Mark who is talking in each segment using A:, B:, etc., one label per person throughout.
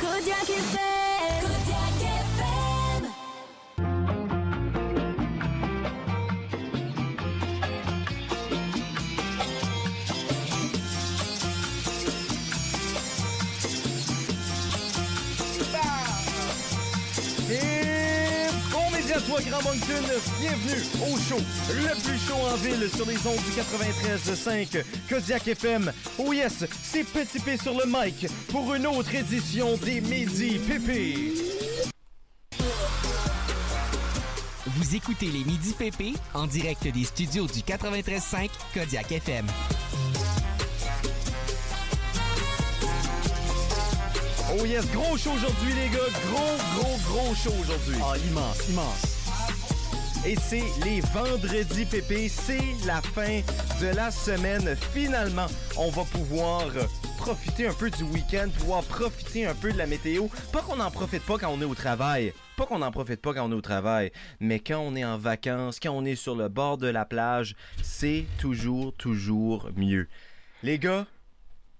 A: Kodiak FM. Kodiak FM.
B: Et bon midi à toi, Grand Moncton. Bienvenue au show, le plus chaud en ville sur les ondes du 93.5 Kodiak FM. Oh yes, c'est Petit P sur le mic pour une autre édition des Midi Pépé.
C: Vous écoutez les Midi PP en direct des studios du 93.5 Kodiak FM.
B: Oh yes, gros show aujourd'hui, les gars. Gros, gros, gros show aujourd'hui.
D: Ah, immense, immense.
B: Et c'est les vendredis pépé, c'est la fin de la semaine. Finalement, on va pouvoir profiter un peu du week-end, pouvoir profiter un peu de la météo. Pas qu'on n'en profite pas quand on est au travail. Pas qu'on n'en profite pas quand on est au travail, mais quand on est en vacances, quand on est sur le bord de la plage, c'est toujours, toujours mieux. Les gars,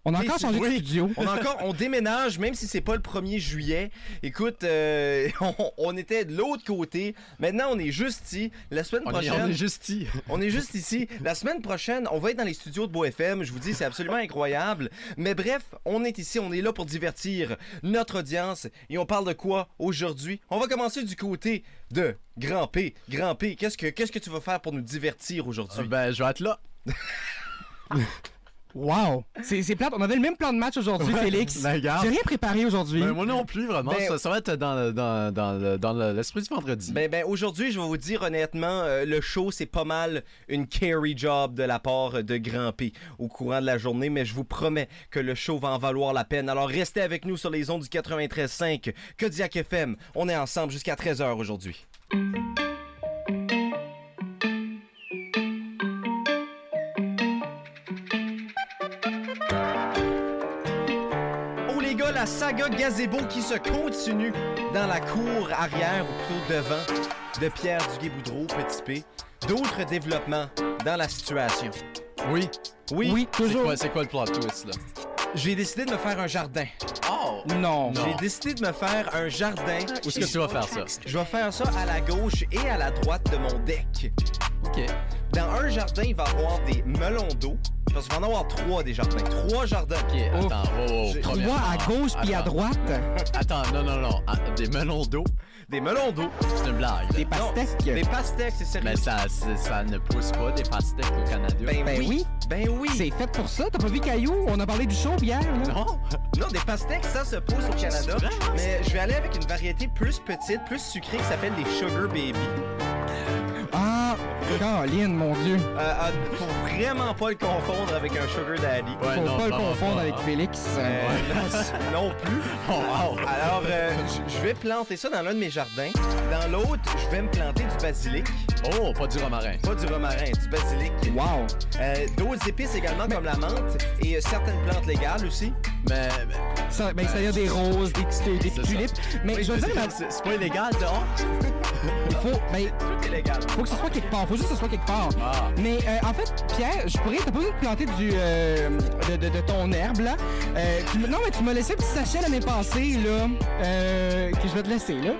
E: On a
B: Et
E: encore
B: c'est-
E: changé de
B: oui.
E: studio.
B: on a encore, on déménage, même si c'est pas le 1er juillet. Écoute, euh, on, on était de l'autre côté. Maintenant, on est juste ici. La semaine
D: On est,
B: prochaine,
D: on est juste ici.
B: on est juste ici. La semaine prochaine, on va être dans les studios de BoFM. Je vous dis, c'est absolument incroyable. Mais bref, on est ici, on est là pour divertir notre audience. Et on parle de quoi aujourd'hui? On va commencer du côté de Grand P. Grand P, qu'est-ce que, qu'est-ce que tu vas faire pour nous divertir aujourd'hui?
D: Ben, je vais être là.
E: Wow! C'est c'est plate. On avait le même plan de match aujourd'hui, Félix.
D: Ben, regarde.
E: J'ai rien préparé aujourd'hui.
D: Ben, moi non plus, vraiment.
B: Ben-
D: ça, ça va être dans, dans, dans, le- dans le- l'esprit du vendredi.
B: Ben, ben, aujourd'hui, je vais vous dire honnêtement, euh, le show, c'est pas mal une carry job de la part de Grand P au courant de la journée, mais je vous promets que le show va en valoir la peine. Alors, restez avec nous sur les ondes du 93.5 Kodiak FM. On est ensemble jusqu'à 13h aujourd'hui. Oh les gars, la saga Gazebo qui se continue dans la cour arrière, ou plutôt devant, de Pierre Duguay-Boudreau, petit P. D'autres développements dans la situation.
D: oui.
B: Oui,
E: oui,
D: C'est
E: toujours.
D: quoi, c'est quoi le plot twist, là?
B: j'ai décidé de me faire un jardin.
D: Oh!
E: Non.
D: Non. Ah,
B: J'ai décidé de me faire un jardin.
D: Où est-ce que tu vas faire ça?
B: Je vais faire ça à la gauche et à la droite de mon deck.
D: OK.
B: Dans un jardin, il va y avoir des melons d'eau. Parce qu'il va en avoir trois des jardins. Trois jardins.
D: OK,
E: Ouf.
D: attends, wow, wow,
B: J'ai-
E: Tu
D: première-
E: vois, à gauche puis à
D: attends.
E: droite,
D: Attends, non, non, non. Ah, Des melons d'eau,
B: Des melons d'eau.
D: c'est une blague. là.
E: des pastèques.
B: Des pastèques, c'est sérieux.
D: Mais Ben, ça, c'est- ça ne pousse pas des pastèques au Canada.
E: Ben oui.
B: Ben oui.
E: C'est fait pour ça. T'as pas vu Caillou? On a parlé du show hier, là.
D: non!
B: Non, des pastèques, ça se pousse au Canada. Mais je vais aller avec une variété plus petite, plus sucrée qui s'appelle des Sugar Baby.
E: Ah, Caroline, mon Dieu.
B: Euh, euh, faut vraiment pas le confondre avec un Sugar Daddy.
D: Ouais,
E: Faut
D: Ben non,
E: pas le
D: vraiment
E: confondre
D: pas,
E: avec
D: hein.
E: Félix.
B: Euh, non, non plus.
D: Oh, wow!
B: Alors, euh, je- je vais planter ça dans l'un de mes jardins. Dans l'autre, je vais me planter du basilic.
D: Oh, pas du romarin.
B: Pas du romarin, du basilic.
E: Wow.
B: Euh, D'autres épices également, comme la menthe et euh, certaines plantes légales aussi.
D: Mais, mais-
E: Ça, ben, c'est-à-dire des roses, des, des, des
D: C'est ça.
E: tulipes. Mais je veux dire,
D: c'est-
E: ben,
D: c'est c'est pas illégal, dehors?
E: faut, ben,
B: Tout est légal.
E: faut que ce soit quelque part. Faut juste que ce soit quelque part.
D: Ah!
E: Mais euh, en fait, Pierre, je pourrais, t'as pas besoin de planter du, euh, de, de- de ton herbe, là. Euh, tu me- non, mais tu m'as laissé un petit sachet l'année passée, là, euh, que je vais te laisser, là.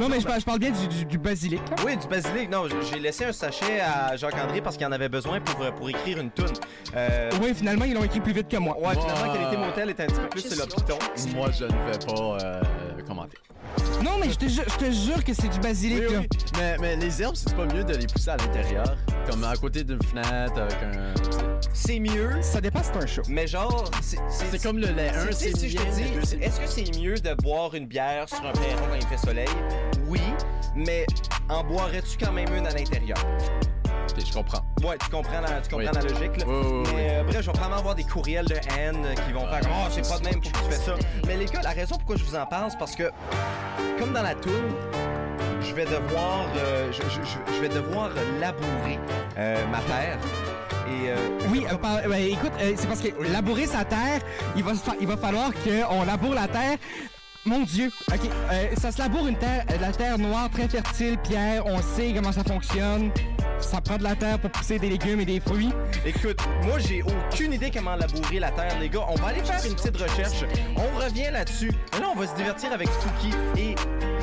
E: Non, mais je, parle- je parle bien du, du- du basilic. là.
B: Oui, du basilic. Non, j- j'ai laissé un sachet à Jacques-André parce qu'il en avait besoin pour, euh, pour écrire une toune. Euh,
E: Oui, finalement, ils l'ont écrit plus vite que moi.
B: ouais, finalement,
D: Moi-
B: qualité motel est un petit peu plus sur le piton.
D: Moi, je ne vais pas euh, commenter.
E: Non, mais je te, ju- je te jure que c'est du basilic, là.
D: Mais, mais les herbes, c'est pas mieux de les pousser à l'intérieur? Comme à côté d'une fenêtre avec un. tu sais.
B: C'est mieux,
E: Ça dépend si c'est un chat.
B: mais genre, c'est.
D: C'est comme le lait. Un,
B: si,
D: Ah, c'est
B: si je
D: bien, le deux,
B: te
D: c'est
B: dis,
D: bien.
B: est-ce que c'est mieux de boire une bière sur un perron quand il fait soleil? Oui, mais en boirais-tu quand même une à l'intérieur?
D: Ok, je comprends.
B: Ouais, tu comprends la, tu comprends
D: Oui.
B: la logique, là.
D: Oui, oui, oui.
B: Mais euh, bref, je vais probablement avoir des courriels de haine euh, qui vont faire comme, Oh, c'est pas de même pourquoi tu fais ça. Mais les gars, la raison pourquoi je vous en parle, c'est parce que, comme dans la toune, je vais devoir, euh, je, je- je- je vais devoir labourer euh, ma terre. Et euh,
E: Oui, euh, par- ben, écoute, euh, c'est parce que labourer sa terre, il va, se fa- il va falloir qu'on laboure la terre. Mon Dieu, ok, euh, ça se laboure une terre, euh, la terre noire très fertile, Pierre, on sait comment ça fonctionne. ça prend de la terre pour pousser des légumes et des fruits.
B: Écoute, moi j'ai aucune idée comment labourer la terre, les gars. On va aller faire une petite recherche. On revient là-dessus. Mais là, on va se divertir avec Fouki. Et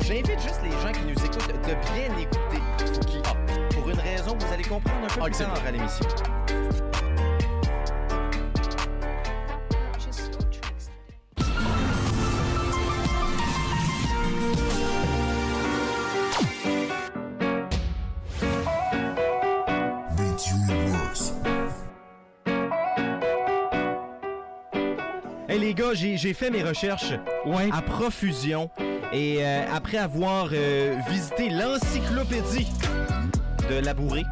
B: j'invite juste les gens qui nous écoutent de bien écouter Fouki. Ah, Pour une raison que vous allez comprendre un peu
D: Ah,
B: plus
D: c'est
B: tard
D: bon.
B: à l'émission. Hey les gars, j'ai j'ai fait mes recherches
E: Ouais.
B: à profusion. Et euh, après avoir euh, visité l'encyclopédie de labourer,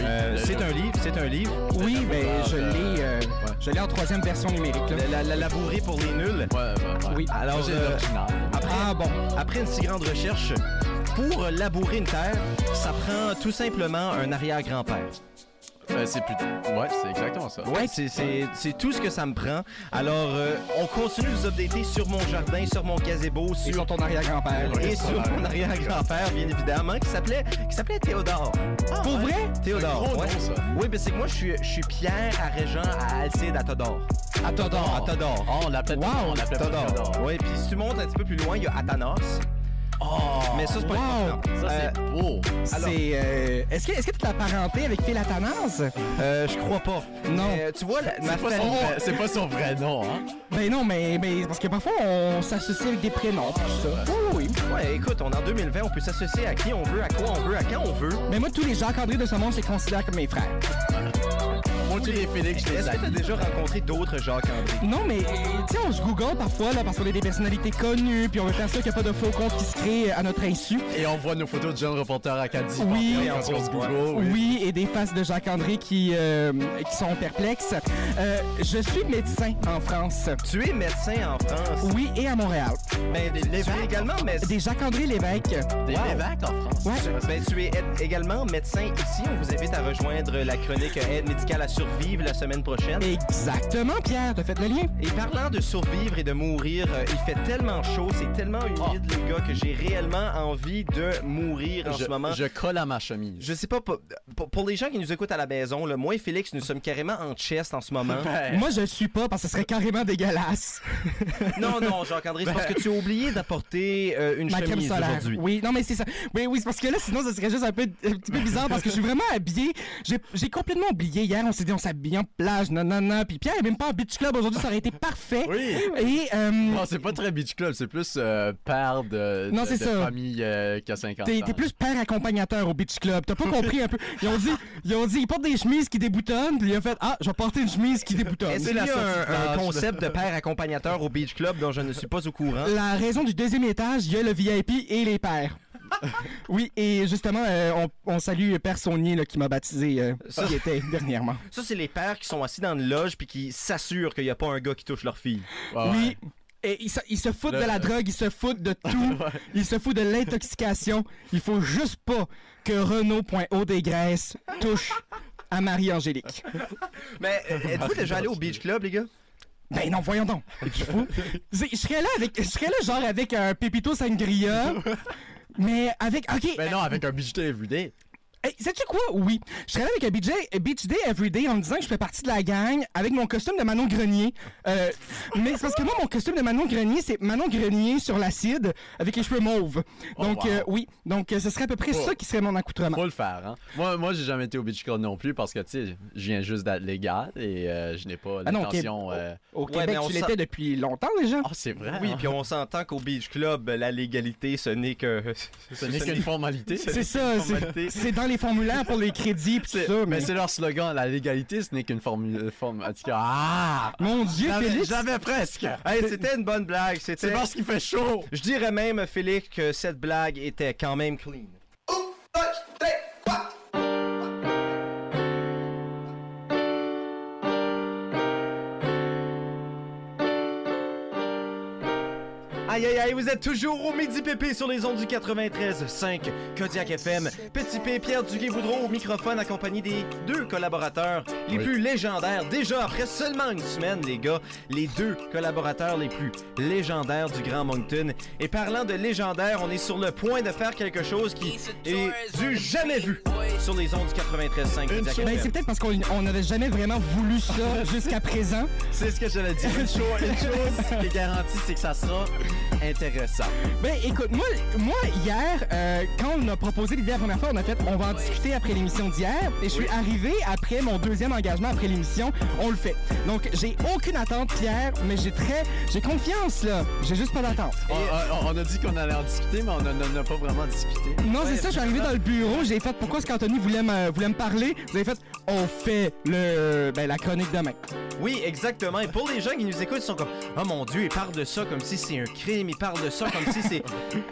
B: euh,
D: le-
B: c'est un livre, c'est un livre.
E: oui, ben je l'ai, euh, je l'ai en troisième version numérique. là.
B: euh, La, la- la labourer pour les nuls.
D: Ouais, ouais, ouais.
E: Oui.
B: Alors,
D: Moi, j'ai
B: euh,
D: l'original.
B: Après,
E: Ah bon.
B: après une si grande recherche, pour labourer une terre, ça prend tout simplement un arrière-grand-père.
D: Euh, c'est plus. Ouais, c'est exactement ça.
B: Ouais, c'est- c'est c'est tout ce que ça me prend. Alors, euh, on continue de vous updater sur mon jardin, sur mon gazebo,
E: Et
B: sur
E: sur ton arrière-grand-père.
D: Ouais.
B: et sur mon arrière-grand-père, bien évidemment, qui s'appelait qui s'appelait Théodore.
E: Pour vrai?
B: Théodore,
D: gros
B: ouais.
D: nom, ça.
B: Oui, ben c'est que moi, je suis, je suis Pierre à Régent à Alcide à Todor.
D: À
B: À Todor.
D: Oh, on l'appelait
E: Wow,
D: on l'appelait pas Todor.
B: Oui, puis si tu montes un petit peu plus loin, il y a Athanos.
D: Oh,
B: Mais ça, c'est pas
E: Wow.
B: important. Euh,
D: ça, c'est beau.
B: Alors-
E: C'est. euh, Est-ce que est-ce que t'as de la parenté avec Phil Athanas?
B: Euh, euh, je crois pas.
E: Non.
B: Mais, euh, tu vois, la- ma
D: Oh. C'est pas, son
B: famille-
D: vrai- c'est pas son vrai nom, hein?
E: Ben non, mais, mais parce que parfois on s'associe avec des prénoms, pis tout ça. Oh Oui, oui.
B: ben, Ouais, écoute, on est en 2020, on peut s'associer à qui on veut, à quoi on veut, à quand on veut.
E: Mais Ben moi, tous les Jacques-André de ce monde, je les considère comme mes frères.
D: Moi, tu les Félix, je les
B: Est-ce que t'as
D: aime.
B: déjà rencontré d'autres Jacques-André?
E: Non, mais euh, tu sais, on se google parfois là, parce qu'on est des personnalités connues, puis on veut faire sûr qu'il n'y a pas de faux comptes qui se créent à notre insu.
D: Et on voit nos photos de jeunes reporters acadiens.
E: Oui.
D: hein, quand on se Google.
E: Oh Oui, et des faces de Jacques-André qui, euh, qui sont perplexes. Euh, je suis médecin en France.
B: Tu es médecin en France,
E: Oui, et à Montréal.
B: mais tu es également médecin.
E: Des Jacques-André Lévesque.
D: Des
B: Wow.
D: évêques en France.
E: Ouais.
B: Ben, tu es aide- également médecin ici. On vous invite à rejoindre la chronique euh, Aide médicale à survivre la semaine prochaine.
E: Exactement, Pierre, t'as fait le lien.
B: Et parlant de survivre et de mourir, euh, il fait tellement chaud, c'est tellement humide, les gars, que j'ai réellement envie de mourir en
D: Je,
B: ce moment.
D: je colle à ma chemise.
B: Je sais pas, pour, pour- pour les gens qui nous écoutent à la maison, là, moi et Félix, nous sommes carrément en chest en ce moment.
D: Ben,
E: Moi, je le suis pas parce que ce serait carrément dégueulasse.
B: non, non, Jacques-André, c'est parce que tu as oublié d'apporter euh, une
E: Ma crème
B: chemise
E: solaire.
B: aujourd'hui.
E: Oui, non, mais c'est ça. Oui, oui, c'est parce que là, sinon, ça serait juste un, peu, un petit peu bizarre parce que je suis vraiment habillé. J'ai- J'ai complètement oublié. Hier, on s'est dit, on s'habille en plage, non, non, non. Puis Pierre est même pas en beach club aujourd'hui, ça aurait été parfait.
D: Oui. Oh,
E: Et euh,
D: Non, c'est pas très beach club, c'est plus euh, père de,
E: Non,
D: de-
E: c'est
D: de
E: ça.
D: famille euh, qui a 50
E: t'es
D: ans.
E: t'es plus père accompagnateur au beach club. T'as pas compris un peu. Ils ont dit, ils ont dit, ils portent des chemises qui déboutonnent. Puis il a fait, ah, je vais porter une chemise qui déboutonne.
B: Est-ce qu'il y a
D: sortie de
B: un- un,
D: plage, là.
B: concept de père accompagnateur au Beach Club dont je ne suis pas au courant?
E: Euh, La raison du deuxième étage, il y a le VIP et les pères. oui, et justement, euh, on, on salue Père Saunier là, qui m'a baptisé euh, qui était dernièrement.
B: Ça, c'est les pères qui sont assis dans une loge puis qui s'assurent qu'il n'y a pas un gars qui touche leur fille.
D: Ouais, ouais.
E: Oui. Et ils se, ils se foutent
D: Le-
E: de la drogue, ils se foutent de tout, ils se foutent de l'intoxication. Il faut juste pas que Renault.eau-des-graisses touche à Marie-Angélique.
B: Mais euh, êtes-vous déjà allé au Beach Club, les gars?
E: Ben non, voyons donc. Es-tu fou? C'est- Je serais là avec, je serais là genre avec un Pépito Sangria, mais avec, ok.
D: Mais Ben non, avec un budget everyday.
E: Hey, sais-tu quoi? Oui. Je serais là avec un euh, BJ, un Beach Day Everyday en me disant que je fais partie de la gang avec mon costume de Manon Grenier. Euh, mais c'est parce que moi, mon costume de Manon Grenier, c'est Manon Grenier sur l'acide avec les cheveux mauves. Donc,
D: Oh, wow.
E: euh, oui. Donc, euh, ce serait à peu près
D: Oh.
E: ça qui serait mon accoutrement.
D: Faut le faire, hein. Moi, moi j'ai jamais été au beach club non plus parce que, tu sais, je viens juste d'être légal et euh, je n'ai pas
E: Ah non, ok.
D: l'intention... euh,
E: Au
B: Ouais,
E: Québec,
B: mais on
E: tu
B: sent-
E: l'étais depuis longtemps déjà.
D: Ah, c'est vrai.
B: Oui,
D: hein.
B: puis on s'entend qu'au Beach Club, la légalité, ce n'est que...
D: ce n'est qu'une formalité.
E: c'est ça.
B: formalité.
E: C'est, c'est dans les formulaires pour les crédits pis tout
D: C'est-
E: ça. Mais,
D: mais c'est leur slogan, la légalité, ce n'est qu'une forme... forme... en tout cas, Ah!
E: mon Dieu,
D: J'avais
E: Félix.
D: j'avais presque!
B: Hey, c'était une bonne blague,
D: C'est
B: c'était...
D: parce qu'il fait chaud!
B: Je dirais même, Félix, que cette blague était quand même clean. Aïe aïe aïe, vous êtes toujours au Midi Pépé sur les ondes du 93.5 Kodiak FM. Petit P, Pierre Duguay-Boudreau au microphone accompagné des deux collaborateurs les
D: Oui.
B: plus légendaires. Déjà après seulement une semaine, les gars, les deux collaborateurs les plus légendaires du Grand Moncton. Et parlant de légendaire, on est sur le point de faire quelque chose qui est du jamais vu sur les ondes du 93.5 Kodiak FM.
E: Ben, c'est peut-être parce qu'on on n'avait jamais vraiment voulu ça jusqu'à présent.
D: C'est ce que j'allais dire. Une chose, une chose qui est garantie, c'est que ça sera intéressant.
E: Ben écoute, moi, moi hier, euh, quand on a proposé l'idée la première fois, on a fait on va en discuter après l'émission d'hier. Et je suis arrivé après mon deuxième engagement après l'émission, on le fait. Donc j'ai aucune attente Pierre, mais j'ai très. j'ai confiance là. J'ai juste pas d'attente.
D: On, on- on a dit qu'on allait en discuter, mais on n'en a pas vraiment discuté.
E: Non,
D: Ouais,
E: c'est ça, je suis arrivé dans le bureau, j'ai fait pourquoi est-ce qu'Anthony voulait me, voulait me parler? Vous avez fait on fait le ben, la chronique demain.
B: Oui, exactement. Et pour les gens qui nous écoutent, ils sont comme Oh mon Dieu, ils parlent de ça comme si c'est un crime, ils parlent de ça comme si c'est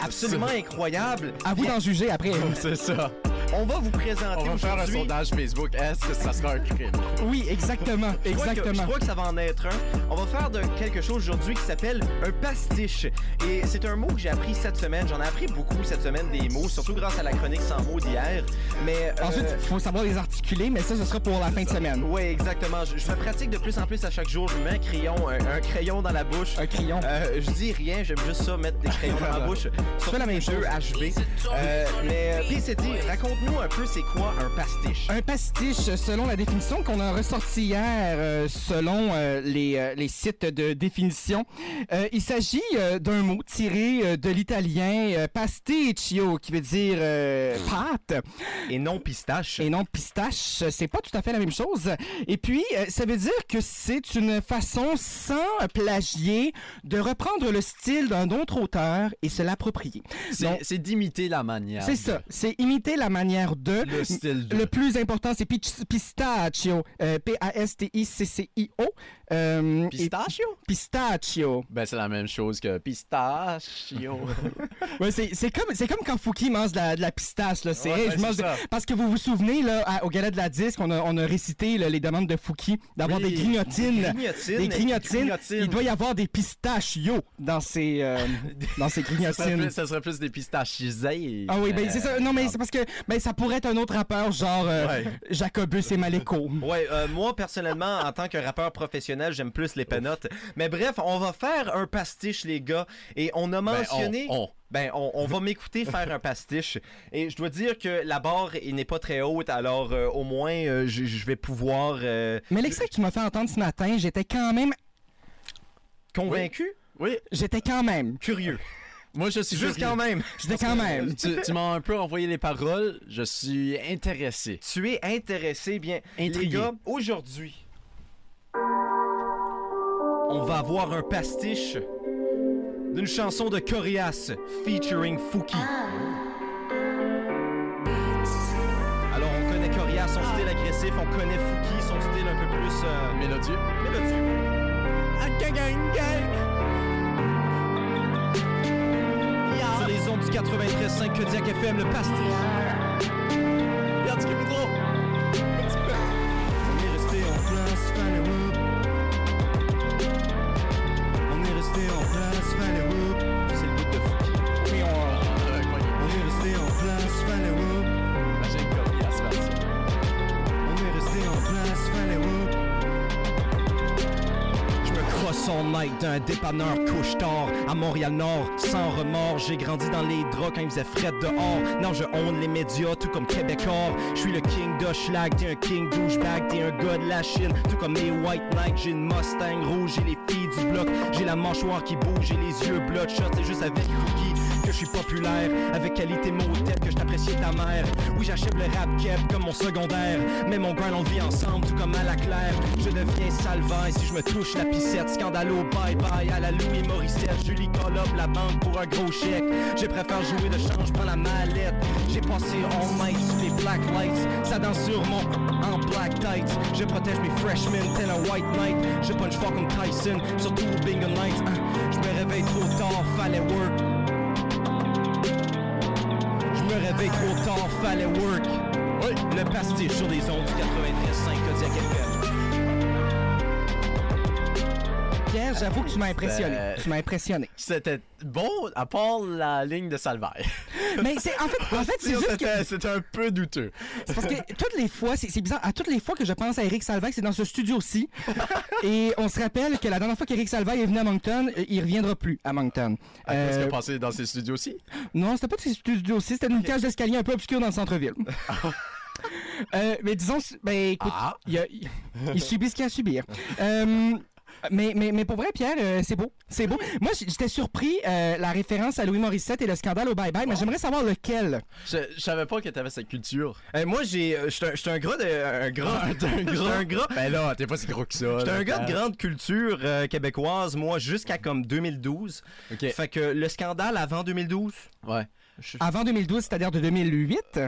B: absolument incroyable.
E: À vous d'en juger après.
D: C'est ça.
B: On va vous présenter
D: On va faire un
B: aujourd'hui-
D: sondage Facebook. Est-ce que ça sera un crime?
E: Oui, exactement,
B: Je crois que- Je
E: exactement.
B: crois que ça va en être un. On va faire de quelque chose aujourd'hui qui s'appelle un pastiche. Et c'est un mot que j'ai appris cette semaine. J'en ai appris beaucoup cette semaine des mots, surtout grâce à la chronique sans mots d'hier. Mais euh,
E: Ensuite, il faut savoir les articuler, mais ça, ce sera pour la fin de semaine.
B: ouais, exactement. Je, je me pratique de plus en plus à chaque jour. Je mets un crayon, un, un crayon dans la bouche.
E: Un crayon.
B: Euh, je dis rien, j'aime juste ça, mettre des crayons dans ma bouche. Surtout
E: fais la même chose.
B: deux HB. Euh, mais euh, PCT, raconte-nous un peu c'est quoi un pastiche.
E: Un pastiche, selon la définition qu'on a ressortie hier, euh, selon euh, les, euh, les sites de définition, euh, il s'agit euh, d'un mot tiré euh, de l'italien euh, pasticcio, qui veut dire euh, pâte,
B: Et non pistache.
E: et non pistache. C'est pas tout à fait la même chose. Et puis, euh, ça veut dire que c'est une façon sans plagier de reprendre le style d'un autre auteur et se l'approprier. Donc,
D: C'est- C'est d'imiter la manière.
E: c'est ça, c'est imiter la manière de.
D: Ah Le style de.
E: Le plus important, c'est pitch- pistachio. euh, P-A-S-T-I-C-C-I-O. euh, et-
D: Pistachio?
E: Pistachio.
D: Ben, c'est la même chose que pistachio.
E: Ouais, c'est c'est comme, c'est comme quand Fouki mange de la, de la pistache. Là. C'est,
D: Ouais,
E: hey,
D: ben,
E: je mange
D: c'est
E: de-
D: ça.
E: Parce que vous vous souvenez, là, à- au gala de la disque, on a, on a récité là, les demandes de Fouki d'avoir
B: Oui,
E: des grignotines.
B: Grignotine.
E: Des grignotines.
D: grignotines.
E: Il doit y avoir des pistachios dans ces, euh, dans ces
D: ça, serait
E: grignotines.
D: plus, ça serait plus des Euh, pistachisés.
E: Ah oui, ben c'est ça. Non, mais c'est parce que ben, ça pourrait être un autre rappeur, genre euh,
D: Ouais.
E: Jacobus et Maléco.
B: Ouais, euh, moi personnellement, en tant que rappeur professionnel, j'aime plus les penottes. Mais bref, on va faire un pastiche, les gars. Et on a
D: Ben, on-
B: mentionné.
D: on.
B: Ben, on, on va m'écouter faire un pastiche. Et je dois dire que la barre, il n'est pas très haute, alors euh, au moins, euh, je je vais pouvoir. euh,
E: Mais l'extrait que tu m'as fait entendre ce matin, j'étais quand même.
B: convaincu?
D: Oui,
E: J'étais quand même.
B: Curieux.
D: moi je suis
B: Juste
D: curieux.
B: quand même.
E: J'étais quand même.
D: Tu, tu m'as un peu envoyé les paroles, je suis intéressé.
B: Tu es intéressé, bien. Les
D: Intrigué.
B: gars, aujourd'hui, on va avoir un pastiche d'une chanson de Corias featuring Fouki. Alors, on connaît Corias, son style agressif, on connaît Fouki, son style un peu plus euh,
D: Mélodieux.
B: mélodieux. Sur les ondes du 93.5 Kodiak FM, le pastiche. Regarde ce qu'il est trop. On est resté en place, fallait whoop. On est resté en place, fallait whoop. C'est le bout de Fouki.
D: Euh, incroyable.
B: On est resté en place, fallait whoop.
D: Imagine comme il a se fait ça.
B: On est resté en place, fallait whoop. Je me crosse all night d'un dépanneur couche-tard à Montréal-Nord, sans remords. J'ai grandi dans les draps quand il faisait fret dehors. Non, je honte les médias, tout comme Québécois. Je suis le king de schlag, t'es un king douchebag, t'es un gars de la Chine. Tout comme les White Knights, j'ai une Mustang rouge, j'ai les filles du bloc, j'ai la mâchoire qui bouge, j'ai les yeux bloodshot. C'est juste avec Cookie que je suis populaire, avec qualité mot-tête que je t'appréciais ta mère. Oui, j'achève le rap keb comme mon secondaire, mais mon grind on vit ensemble, tout comme à la claire. Je deviens salvaille si je me touche la piscette. Scandalo, bye bye à la Louis Morissette. Julie Colob, la banque pour un gros chèque. Je préfère jouer de change, prends la mallette. J'ai passé all night sur les black lights. Ça danse sur mon en black tights. Je protège mes freshmen tel un white knight. Je punch fort comme Tyson, surtout au bingo night. Hein, Je me réveille trop tard, fallait work. Je me réveille trop tard, fallait work. Oh, Le pastiche sur les ondes du 93.5 Kodiak FM.
E: Pierre, j'avoue que tu m'as impressionné.
D: Euh,
E: Tu m'as impressionné.
D: C'était bon, à part la ligne de Salvaire.
E: Mais c'est en fait, en fait, c'est juste que
D: C'était c'était un peu douteux.
E: c'est parce que toutes les fois, c'est c'est bizarre. À toutes les fois que je pense à Eric Salvaille, c'est dans ce studio-ci. Et on se rappelle que la dernière fois qu'Eric Salvaille est venu à Moncton, euh, il reviendra plus à Moncton.
D: Est-ce
E: Euh,
D: qu'il a passé dans ces studios aussi?
E: non, c'était pas de ce studio-ci. C'était une cage d'escalier un peu obscure dans le centre-ville. Euh, mais disons, ben écoute,
D: Ah.
E: il, a- il- il subit ce qu'il a à subir. Euh, mais, mais, mais pour vrai, Pierre, euh, c'est beau. C'est beau. Moi, j- j'étais surpris, euh, la référence à Louis Morissette et le scandale au bye-bye, mais j'aimerais savoir lequel.
D: Je, je savais pas que t'avais cette culture.
B: Euh, moi, j'ai, euh, j'étais un- j'étais un gras de, un gras, j'étais un gras, un gras-
D: Ben là, t'es pas si gros que ça.
B: j'étais
D: là,
B: un gars de
D: Pierre.
B: grande culture euh, québécoise, moi, jusqu'à comme 2012.
D: Ok.
B: Fait que le scandale avant 2012,
D: Ouais.
E: Avant 2012, c'est-à-dire de 2008.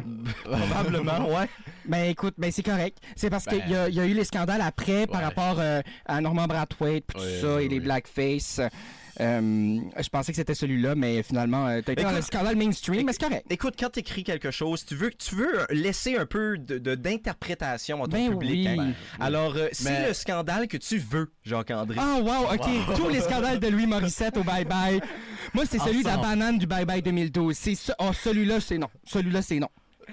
B: probablement, ouais.
E: Ben écoute, ben c'est correct. C'est parce
D: Ben.
E: qu'il y, a- il y a eu les scandales après par
D: Ouais.
E: rapport euh, à Norman Brathwaite, puis tout
D: Oui,
E: ça,
D: oui,
E: et les
D: oui.
E: blackface. Euh, je pensais que c'était celui-là, mais finalement, euh, t'as été dans le
B: Écoute-
E: scandale mainstream, mais c'est correct.
B: Écoute, quand t'écris quelque chose, tu veux, tu veux laisser un peu de, de- d'interprétation à ton
E: Ben
B: public.
E: oui.
B: hein.
E: Ben oui.
B: Alors, euh, c'est
D: Mais-
B: le scandale que tu veux, Jacques-André.
E: Ah, wow, OK. Tous les scandales de Louis Morissette au bye-bye. Moi, c'est celui de la
D: Ensemble.
E: banane du bye-bye 2012. C'est ça. Oh, celui-là, c'est non. Celui-là, c'est non.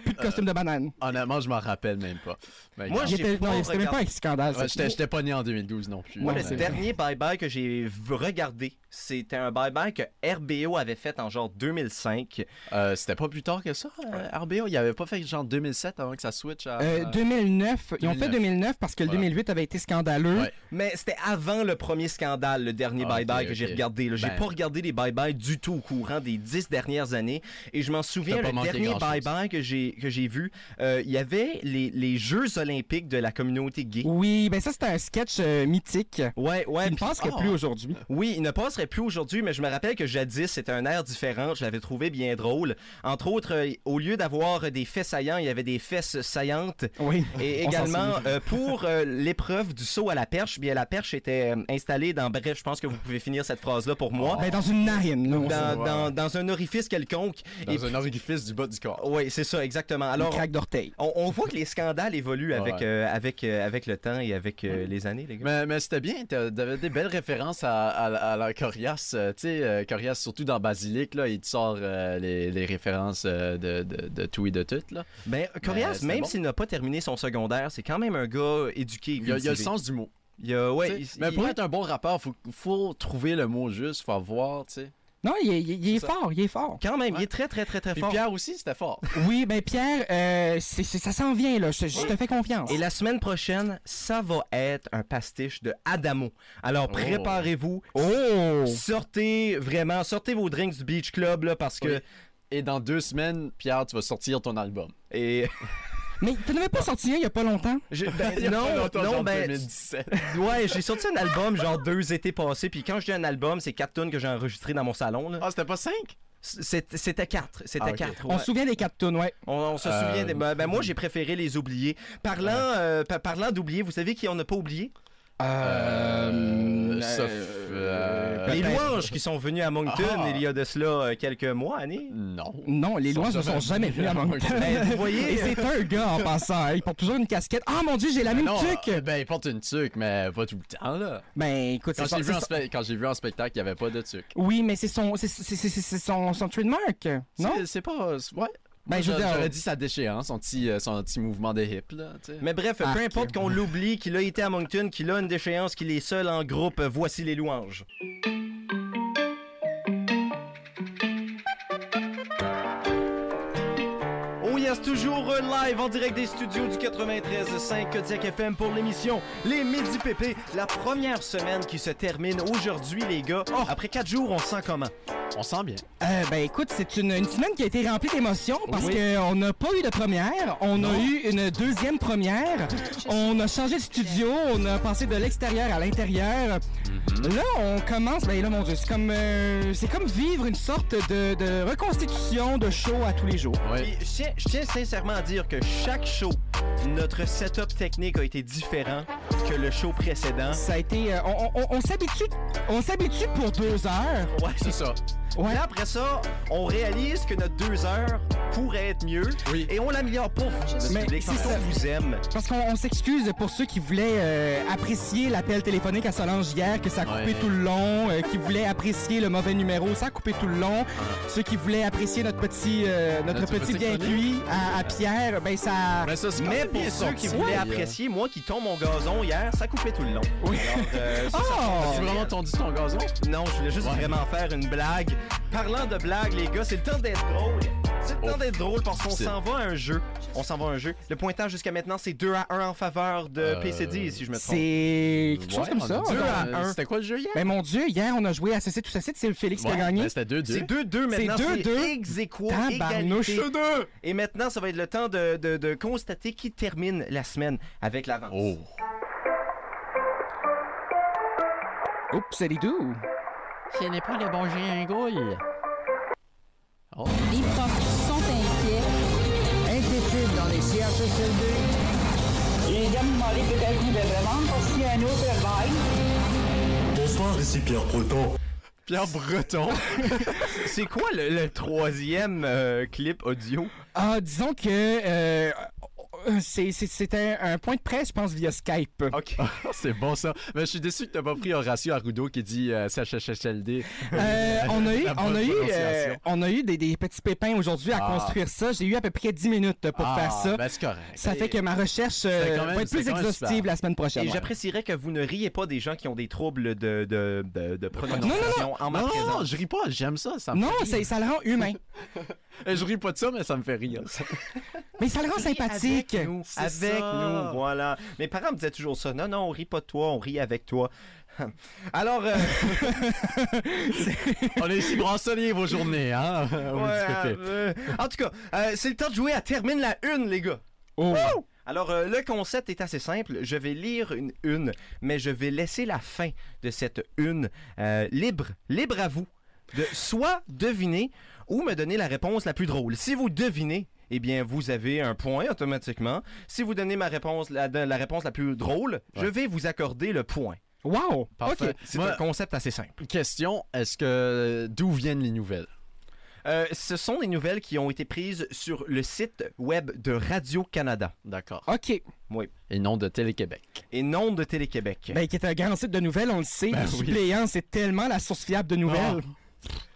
E: Plus de costume de banane.
D: Honnêtement, je m'en rappelle même pas. Ben,
B: Moi,
D: regarde.
E: Il
B: j'ai
E: était-
B: pas
E: non, c'était même pas un
B: regardé.
E: scandale.
D: Ouais,
E: ça.
D: j'étais, j'étais pas né en 2012 non plus. hein,
B: Moi,
E: Ouais,
D: Mais-
B: le
E: c'est vrai.
B: dernier bye-bye que j'ai v- regardé, c'était un bye-bye que RBO avait fait en genre 2005.
D: Euh, c'était pas plus tard que ça, euh, RBO. Il avait pas fait genre 2007 avant que ça switch à.
E: Euh,
D: à-
E: 2009, ils ont fait
D: 2009.
E: 2009 parce que le
D: Voilà.
E: 2008 avait été scandaleux.
D: Ouais.
B: Mais c'était avant le premier scandale, le dernier
D: Ah,
B: bye-bye
D: ok,
B: que j'ai
D: ok.
B: regardé. là. J'ai
D: Ben.
B: pas regardé les bye-bye du tout au courant des dix dernières années. Et je m'en souviens,
D: pas
B: le
D: manqué
B: dernier
D: grand-chose.
B: bye-bye que j'ai, que j'ai vu, euh, il y avait les, les Jeux olympiques de la communauté gay.
E: Oui, ben ça, c'était un sketch euh, mythique.
B: Ouais, ouais.
E: Il ne
B: puis- oh.
E: pense que
D: ah.
E: plus aujourd'hui.
B: Oui, il ne passerait plus aujourd'hui, mais je me rappelle que jadis, c'était un air différent. Je l'avais trouvé bien drôle. Entre autres, euh, au lieu d'avoir des fesses saillants, il y avait des fesses saillantes.
E: Oui.
B: Et
E: On s'en
B: également,
E: souvient.
B: euh, pour euh, l'épreuve du saut à la perche, bien la perche était euh, installée dans, bref, je pense que vous pouvez finir cette phrase-là pour moi,
E: Ben, dans une narine, là. on s'en-
B: dans,
D: voit.
B: dans- dans un orifice quelconque.
D: Dans
B: Et
D: un orifice du bas du corps.
B: Oui, c'est ça, exactement.
E: une
B: Alors,
E: craque d'orteil.
B: on, on voit que les scandales évoluent avec,
D: Ouais.
B: euh, avec, euh, avec le temps et avec euh, les années, les gars.
D: Mais, mais c'était bien, t'as- t'avais des belles références à, à, à la coriace, euh, tu sais, euh, coriace surtout dans Basilic, là, il te sort euh, les, les références euh, de, de, de tout et de tout, là.
B: Ben, Corias,
D: c'était
B: même
D: bon.
B: s'il n'a pas terminé son secondaire, c'est quand même un gars éduqué.
D: Il y a, il y a le
B: cultivé.
D: sens du mot.
B: Il y a, ouais,
D: tu
B: il-
D: sais. mais
B: il-
D: pour être un bon rappeur, faut, faut trouver le mot juste, faut avoir, tu sais.
E: Non, il est, il est- il est
D: C'est ça.
E: fort, il est fort.
B: quand même, il
D: Ouais.
B: est très, très, très, très
D: Puis
B: fort.
D: Pierre aussi, c'était fort.
E: Oui, ben Pierre, euh, c'est- c'est- ça s'en vient, là. Je, je te fais confiance.
B: Et la semaine prochaine, ça va être un pastiche de Adamo. Alors
D: Oh.
B: préparez-vous.
E: Oh!
B: Sortez vraiment, sortez vos drinks du Beach Club là parce que
D: Oui. Et dans deux semaines, Pierre, tu vas sortir ton album.
B: et
E: Mais tu n'avais pas
D: Ah.
E: sorti un il y a pas longtemps?
B: Je- ben,
D: Il y a pas
B: non
D: longtemps,
B: non
D: genre
B: ben
D: 2017.
B: ouais j'ai sorti un album genre deux étés passés puis quand je dis un album c'est quatre tonnes que j'ai enregistré dans mon salon là.
D: Ah, c'était pas cinq?
B: C'est- c'était quatre c'était
D: Ah, ok.
B: quatre
E: On
B: ouais.
E: se souvient des quatre tunes, ouais.
B: On, on se
D: Euh,
B: souvient des- ben, ben, moi j'ai préféré les oublier parlant euh, pa- parlant d'oublier vous savez qui on n'a pas oublié
D: Euh, sauf, euh,
B: Ben, les
E: peut-être.
B: louanges qui sont venus à Moncton
D: Ah.
B: il y a de cela euh, quelques mois années
D: Non.
E: Non, les louanges ne sont jamais venues à Moncton.
B: Ben, vous voyez
E: Et c'est un gars en passant, hein. il porte toujours une casquette. Ah mon dieu, j'ai la même
D: Non, euh,
E: tuque!
D: ben, il porte une tuque, mais pas tout le temps, là.
E: Ben écoute,
D: Quand
E: c'est son-
D: j'ai vu,
E: c'est
D: en
E: son-
D: spe- quand j'ai vu en spectacle, il n'y avait pas de tuque.
E: Oui, mais c'est son, c'est- c'est- c'est- c'est son, son trademark, non?
D: C'est- C'est pas. c'est- Ouais.
E: Ben,
D: Moi,
E: je veux dire-
D: J'aurais dit sa déchéance, son petit, euh, son petit mouvement des hips, là. tu sais.
B: Mais bref, peu
E: Arc.
B: importe qu'on l'oublie, qu'il a été à Moncton, qu'il a une déchéance, qu'il est seul en groupe, euh, voici les louanges. Oh yes, toujours euh, live en direct des studios du 93.5 Kodiak FM pour l'émission Les Midi Pépé, la première semaine qui se termine aujourd'hui les gars. Après quatre jours, on sent comment?
D: On sent bien.
E: Euh, ben écoute, c'est une, une semaine qui a été remplie d'émotions parce
B: Oui.
E: qu'on n'a pas eu de première, on a eu une deuxième première, on a changé de studio, on a passé de l'extérieur à l'intérieur.
D: Mm-hmm.
E: Là, on commence, ben là mon dieu, c'est comme, euh, c'est comme vivre une sorte de, de reconstitution de show à tous les jours.
D: Ouais.
B: Puis, je, tiens, je tiens sincèrement à dire que chaque show, notre setup technique a été différent que le show précédent.
E: Ça a été, euh, on, on- on s'habitue, on s'habitue pour deux heures.
B: Ouais.
D: C'est ça.
E: Ouais.
B: Là, après ça, on réalise que notre deux heures pourrait être mieux
D: Oui.
B: et on l'améliore pour vous, notre
E: Mais
B: public,
E: c'est
B: parce qu'on
E: ça.
B: vous aime.
E: Parce qu'on on s'excuse pour ceux qui voulaient euh, apprécier l'appel téléphonique à Solange hier, que ça a coupé
D: Ouais.
E: tout le long, euh, qui voulaient apprécier le mauvais numéro, ça a coupé tout le long. Ceux qui voulaient apprécier notre petit, euh, notre
D: Ah. Notre
E: petit
D: petit
E: bien
D: chronique.
E: cuit à, à Pierre, ben ça.
D: Mais ça, c'est quand
B: Mais
D: même
B: pour
D: bien
B: ceux
D: sorti,
B: qui voulaient
D: euh,
B: apprécier, moi qui tombe mon gazon hier, ça coupait tout le long.
E: Oui.
B: Alors, euh, ça, ça-
E: Oh!
D: As-tu Ah! vraiment tondu ton gazon?
B: Non, je voulais juste
D: Ouais.
B: vraiment faire une blague. Parlant de blagues, les gars, c'est le temps d'être drôle. C'est
D: Oh.
B: le temps d'être drôle parce qu'on
D: Difficile.
B: s'en va à un jeu. On s'en va à un jeu. Le pointage jusqu'à maintenant, c'est 2 à 1 en faveur de
D: Euh,
B: PCD, si je me trompe.
E: C'est quelque chose
D: Ouais,
E: comme
D: on
E: ça.
D: a dit,
E: Deux à
D: euh,
E: un.
D: C'était quoi le jeu hier?
E: Ben mon Dieu, hier on a joué à CC tout ça, c'est Félix qui a
D: Ouais,
E: gagné.
D: ben, C'était 2-2.
B: C'est 2-2
E: C'est
B: maintenant. C'est
E: 2-2.
B: ex aequo,
E: Tabarnouche.
B: égalité. Et maintenant, ça va être le temps de, de- de constater qui termine la semaine avec l'avance.
D: Oh.
E: Oups, c'est les deux.
D: Ce n'est pas le bon gringoule. Oh.
A: Les profs sont inquiets.
F: inquiétude dans les CHSLD. J'ai déjà demandé peut-être qu'il devrait vendre parce qu'il y a un autre travail.
G: Bonsoir, ici Pierre Breton.
D: Pierre Breton.
B: C'est quoi le, le troisième euh, clip audio?
E: Ah, disons que euh, c'est- c'est- c'était un point de presse, je pense, via Skype.
B: OK.
D: Ah, c'est bon ça. Mais je suis déçu que t'as pas pris Horacio Arrudo qui dit euh, CHHLD.
E: Euh, on a eu,
D: La bonne
E: on a eu, euh,
D: prononciation.
E: on a eu des, des petits pépins aujourd'hui à
D: Ah.
E: construire ça. J'ai eu à peu près 10 minutes euh, pour
D: Ah,
E: faire ça.
D: Ben c'est correct.
E: ça fait que ma recherche euh,
D: C'était quand même-
E: va être plus
D: c'était quand même
E: exhaustive
D: super.
E: la semaine prochaine.
B: Et
E: ouais.
B: j'apprécierais que vous ne riez pas des gens qui ont des troubles de, de, de, de prononciation en ma
D: Non, non,
B: présence.
D: non, je ris pas, j'aime ça. ça me
E: Non,
D: fait
E: c'est-
D: rire.
E: ça le rend humain.
D: Eh, Je ris pas de ça, mais ça me fait rire.
E: Mais ça le rend sympathique.
B: Avec nous,
D: C'est
B: avec
D: ça.
B: nous, voilà. Mes parents me disaient toujours ça. Non, non, on rit pas de toi, on rit avec toi. Alors, euh,
D: On est ici pour ensoleiller vos journées, hein? au
B: ouais,
D: Wikipédia.
B: euh, en tout cas, euh, c'est le temps de jouer à Termine la Une, les gars.
E: Oh.
B: Wouh! Alors, euh, le concept est assez simple. Je vais lire une une, mais je vais laisser la fin de cette une euh, libre, libre à vous, de soit deviner ou me donner la réponse la plus drôle. Si vous devinez, eh bien, vous avez un point automatiquement. Si vous donnez ma réponse, la, la réponse la plus drôle, je
D: Ouais.
B: vais vous accorder le point.
E: Wow.
D: Parfait.
E: Ok.
B: C'est
D: Moi-
B: un concept assez simple.
D: Question, est-ce que d'où viennent les nouvelles?
B: Euh, ce sont des nouvelles qui ont été prises sur le site web de Radio-Canada
D: D'accord.
E: Ok.
D: Et non de Télé-Québec.
B: et non de Télé-Québec.
E: Ben, qui est un grand site de nouvelles, on le sait.
D: Ben
E: Le
D: oui. Ah.
E: Suppléant, c'est tellement la source fiable de nouvelles.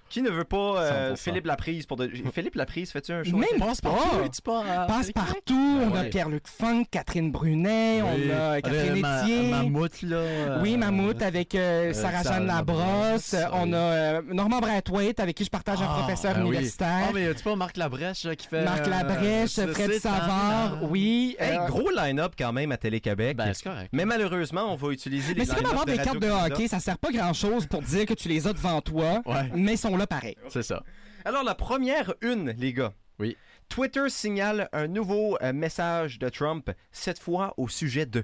B: Qui ne veut pas euh,
D: 100%.
B: Philippe Laprise pour de... Philippe Laprise, fais-tu un show?
E: Même
D: Passe
E: pas.
D: partout, et tu pars euh, à
E: passe
D: Télé-Québec?
E: partout.
D: Ben
E: on a
D: ouais.
E: Pierre-Luc Funk, Catherine Brunet,
D: Oui.
E: on a Catherine
D: Euh, ma-
E: Etier.
D: Mammouth, là. euh,
E: oui, Mammouth avec euh, Sarah-Jeanne
D: Sarah
E: Labrosse.
D: Labrosse,
E: Euh, On
D: oui.
E: a euh, Normand Brathwaite, avec qui je partage un
D: Ah,
E: professeur
D: ben oui.
E: universitaire.
D: Ah, mais tu pas Marc Labrèche là, qui fait.
E: Marc
D: euh,
E: Labrèche,
D: ce
E: Fred
D: site, hein?
E: Savard, oui.
B: Hey,
E: euh,
B: gros line-up quand même à Télé-Québec.
D: Ben, c'est correct.
B: mais malheureusement, on va utiliser les
E: mais c'est comme
B: line-up
E: avoir des cartes de
B: Radio-Canada.
E: hockey, ça sert pas grand chose pour dire que tu les as devant toi,
D: Ouais.
E: mais ils sont là pareil.
D: C'est ça.
B: Alors, la première une, les gars.
D: Oui.
B: Twitter signale un nouveau euh, message de Trump, cette fois au sujet de.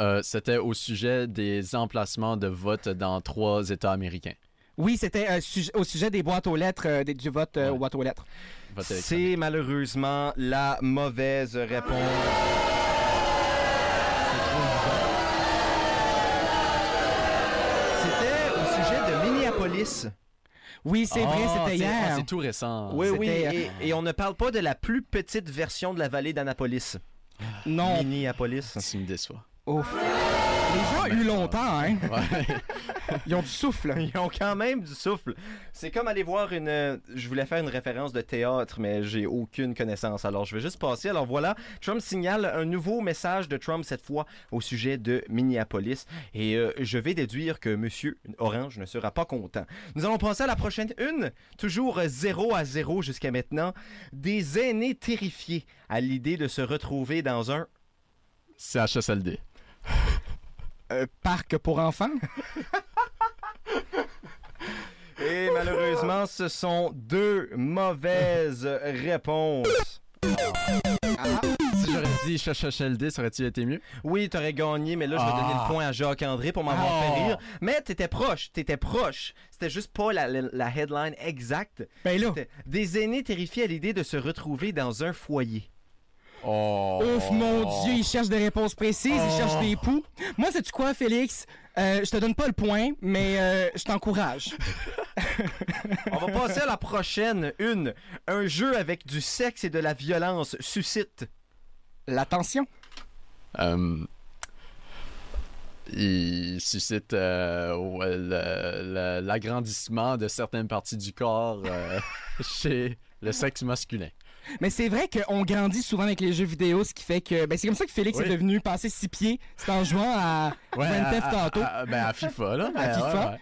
D: Euh, C'était au sujet des emplacements de vote dans trois États américains.
E: Oui, c'était euh, sujet- au sujet des boîtes aux lettres, euh, des- du vote euh,
D: Ouais.
E: aux boîtes aux lettres.
D: Vote électronique.
B: C'est malheureusement la mauvaise réponse. C'était au sujet de Minneapolis.
E: Oui, c'est vrai,
D: Ah,
E: c'était
D: c'est- ah,
E: hier.
D: C'est tout récent.
B: Oui, oui,
E: C'était-
B: et, et on ne parle pas de la plus petite version de la vallée d'Annapolis.
E: non,
B: Minneapolis.
D: Tu me déçois.
E: ouf. Les gens ont
D: Ben,
E: eu longtemps, hein.
D: Ouais.
E: Ils ont du souffle.
B: Ils ont quand même du souffle. C'est comme aller voir une. euh, Je voulais faire une référence de théâtre, mais j'ai aucune connaissance. Alors je vais juste passer. Alors voilà, Trump signale un nouveau message de Trump cette fois au sujet de Minneapolis. Et euh, je vais déduire que Monsieur Orange ne sera pas content. Nous allons passer à la prochaine une. Toujours euh, 0 à 0 jusqu'à maintenant. Des aînés terrifiés à l'idée de se retrouver dans un.
D: CHSLD.
E: Euh, parc pour enfants.
B: Et malheureusement, ce sont deux mauvaises réponses.
D: Si j'aurais dit CHHLD, ça aurait-il été mieux?
B: Oui, t'aurais gagné, mais là, je vais
D: Ah.
B: donner le point à Jacques-André pour m'avoir
D: Ah.
B: fait rire. Mais t'étais proche, t'étais proche. C'était juste pas la, la- la headline exacte.
E: Ben là,
B: C'était Des aînés terrifiés à l'idée de se retrouver dans un foyer.
D: Oh.
E: ouf, mon Dieu, ils cherchent des réponses précises, ils cherchent des poux. Moi, c'est quoi, Félix? Euh, je te donne pas le point, mais euh, je t'encourage.
B: On va passer à la prochaine. Une. Un jeu avec du sexe et de la violence suscite.
E: L'attention.
D: Euh, il suscite euh, ouais, le- le- l'agrandissement de certaines parties du corps euh, chez le sexe masculin.
E: Mais c'est vrai qu'on grandit souvent avec les jeux vidéo, ce qui fait que. Ben, c'est comme ça que Félix
D: Oui.
E: est devenu passer six pieds. C'est en jouant à Grand
D: à,
E: Theft
D: à-
E: Auto.
D: à- ben, à FIFA, là. mais
E: FIFA.
D: ouais, ouais.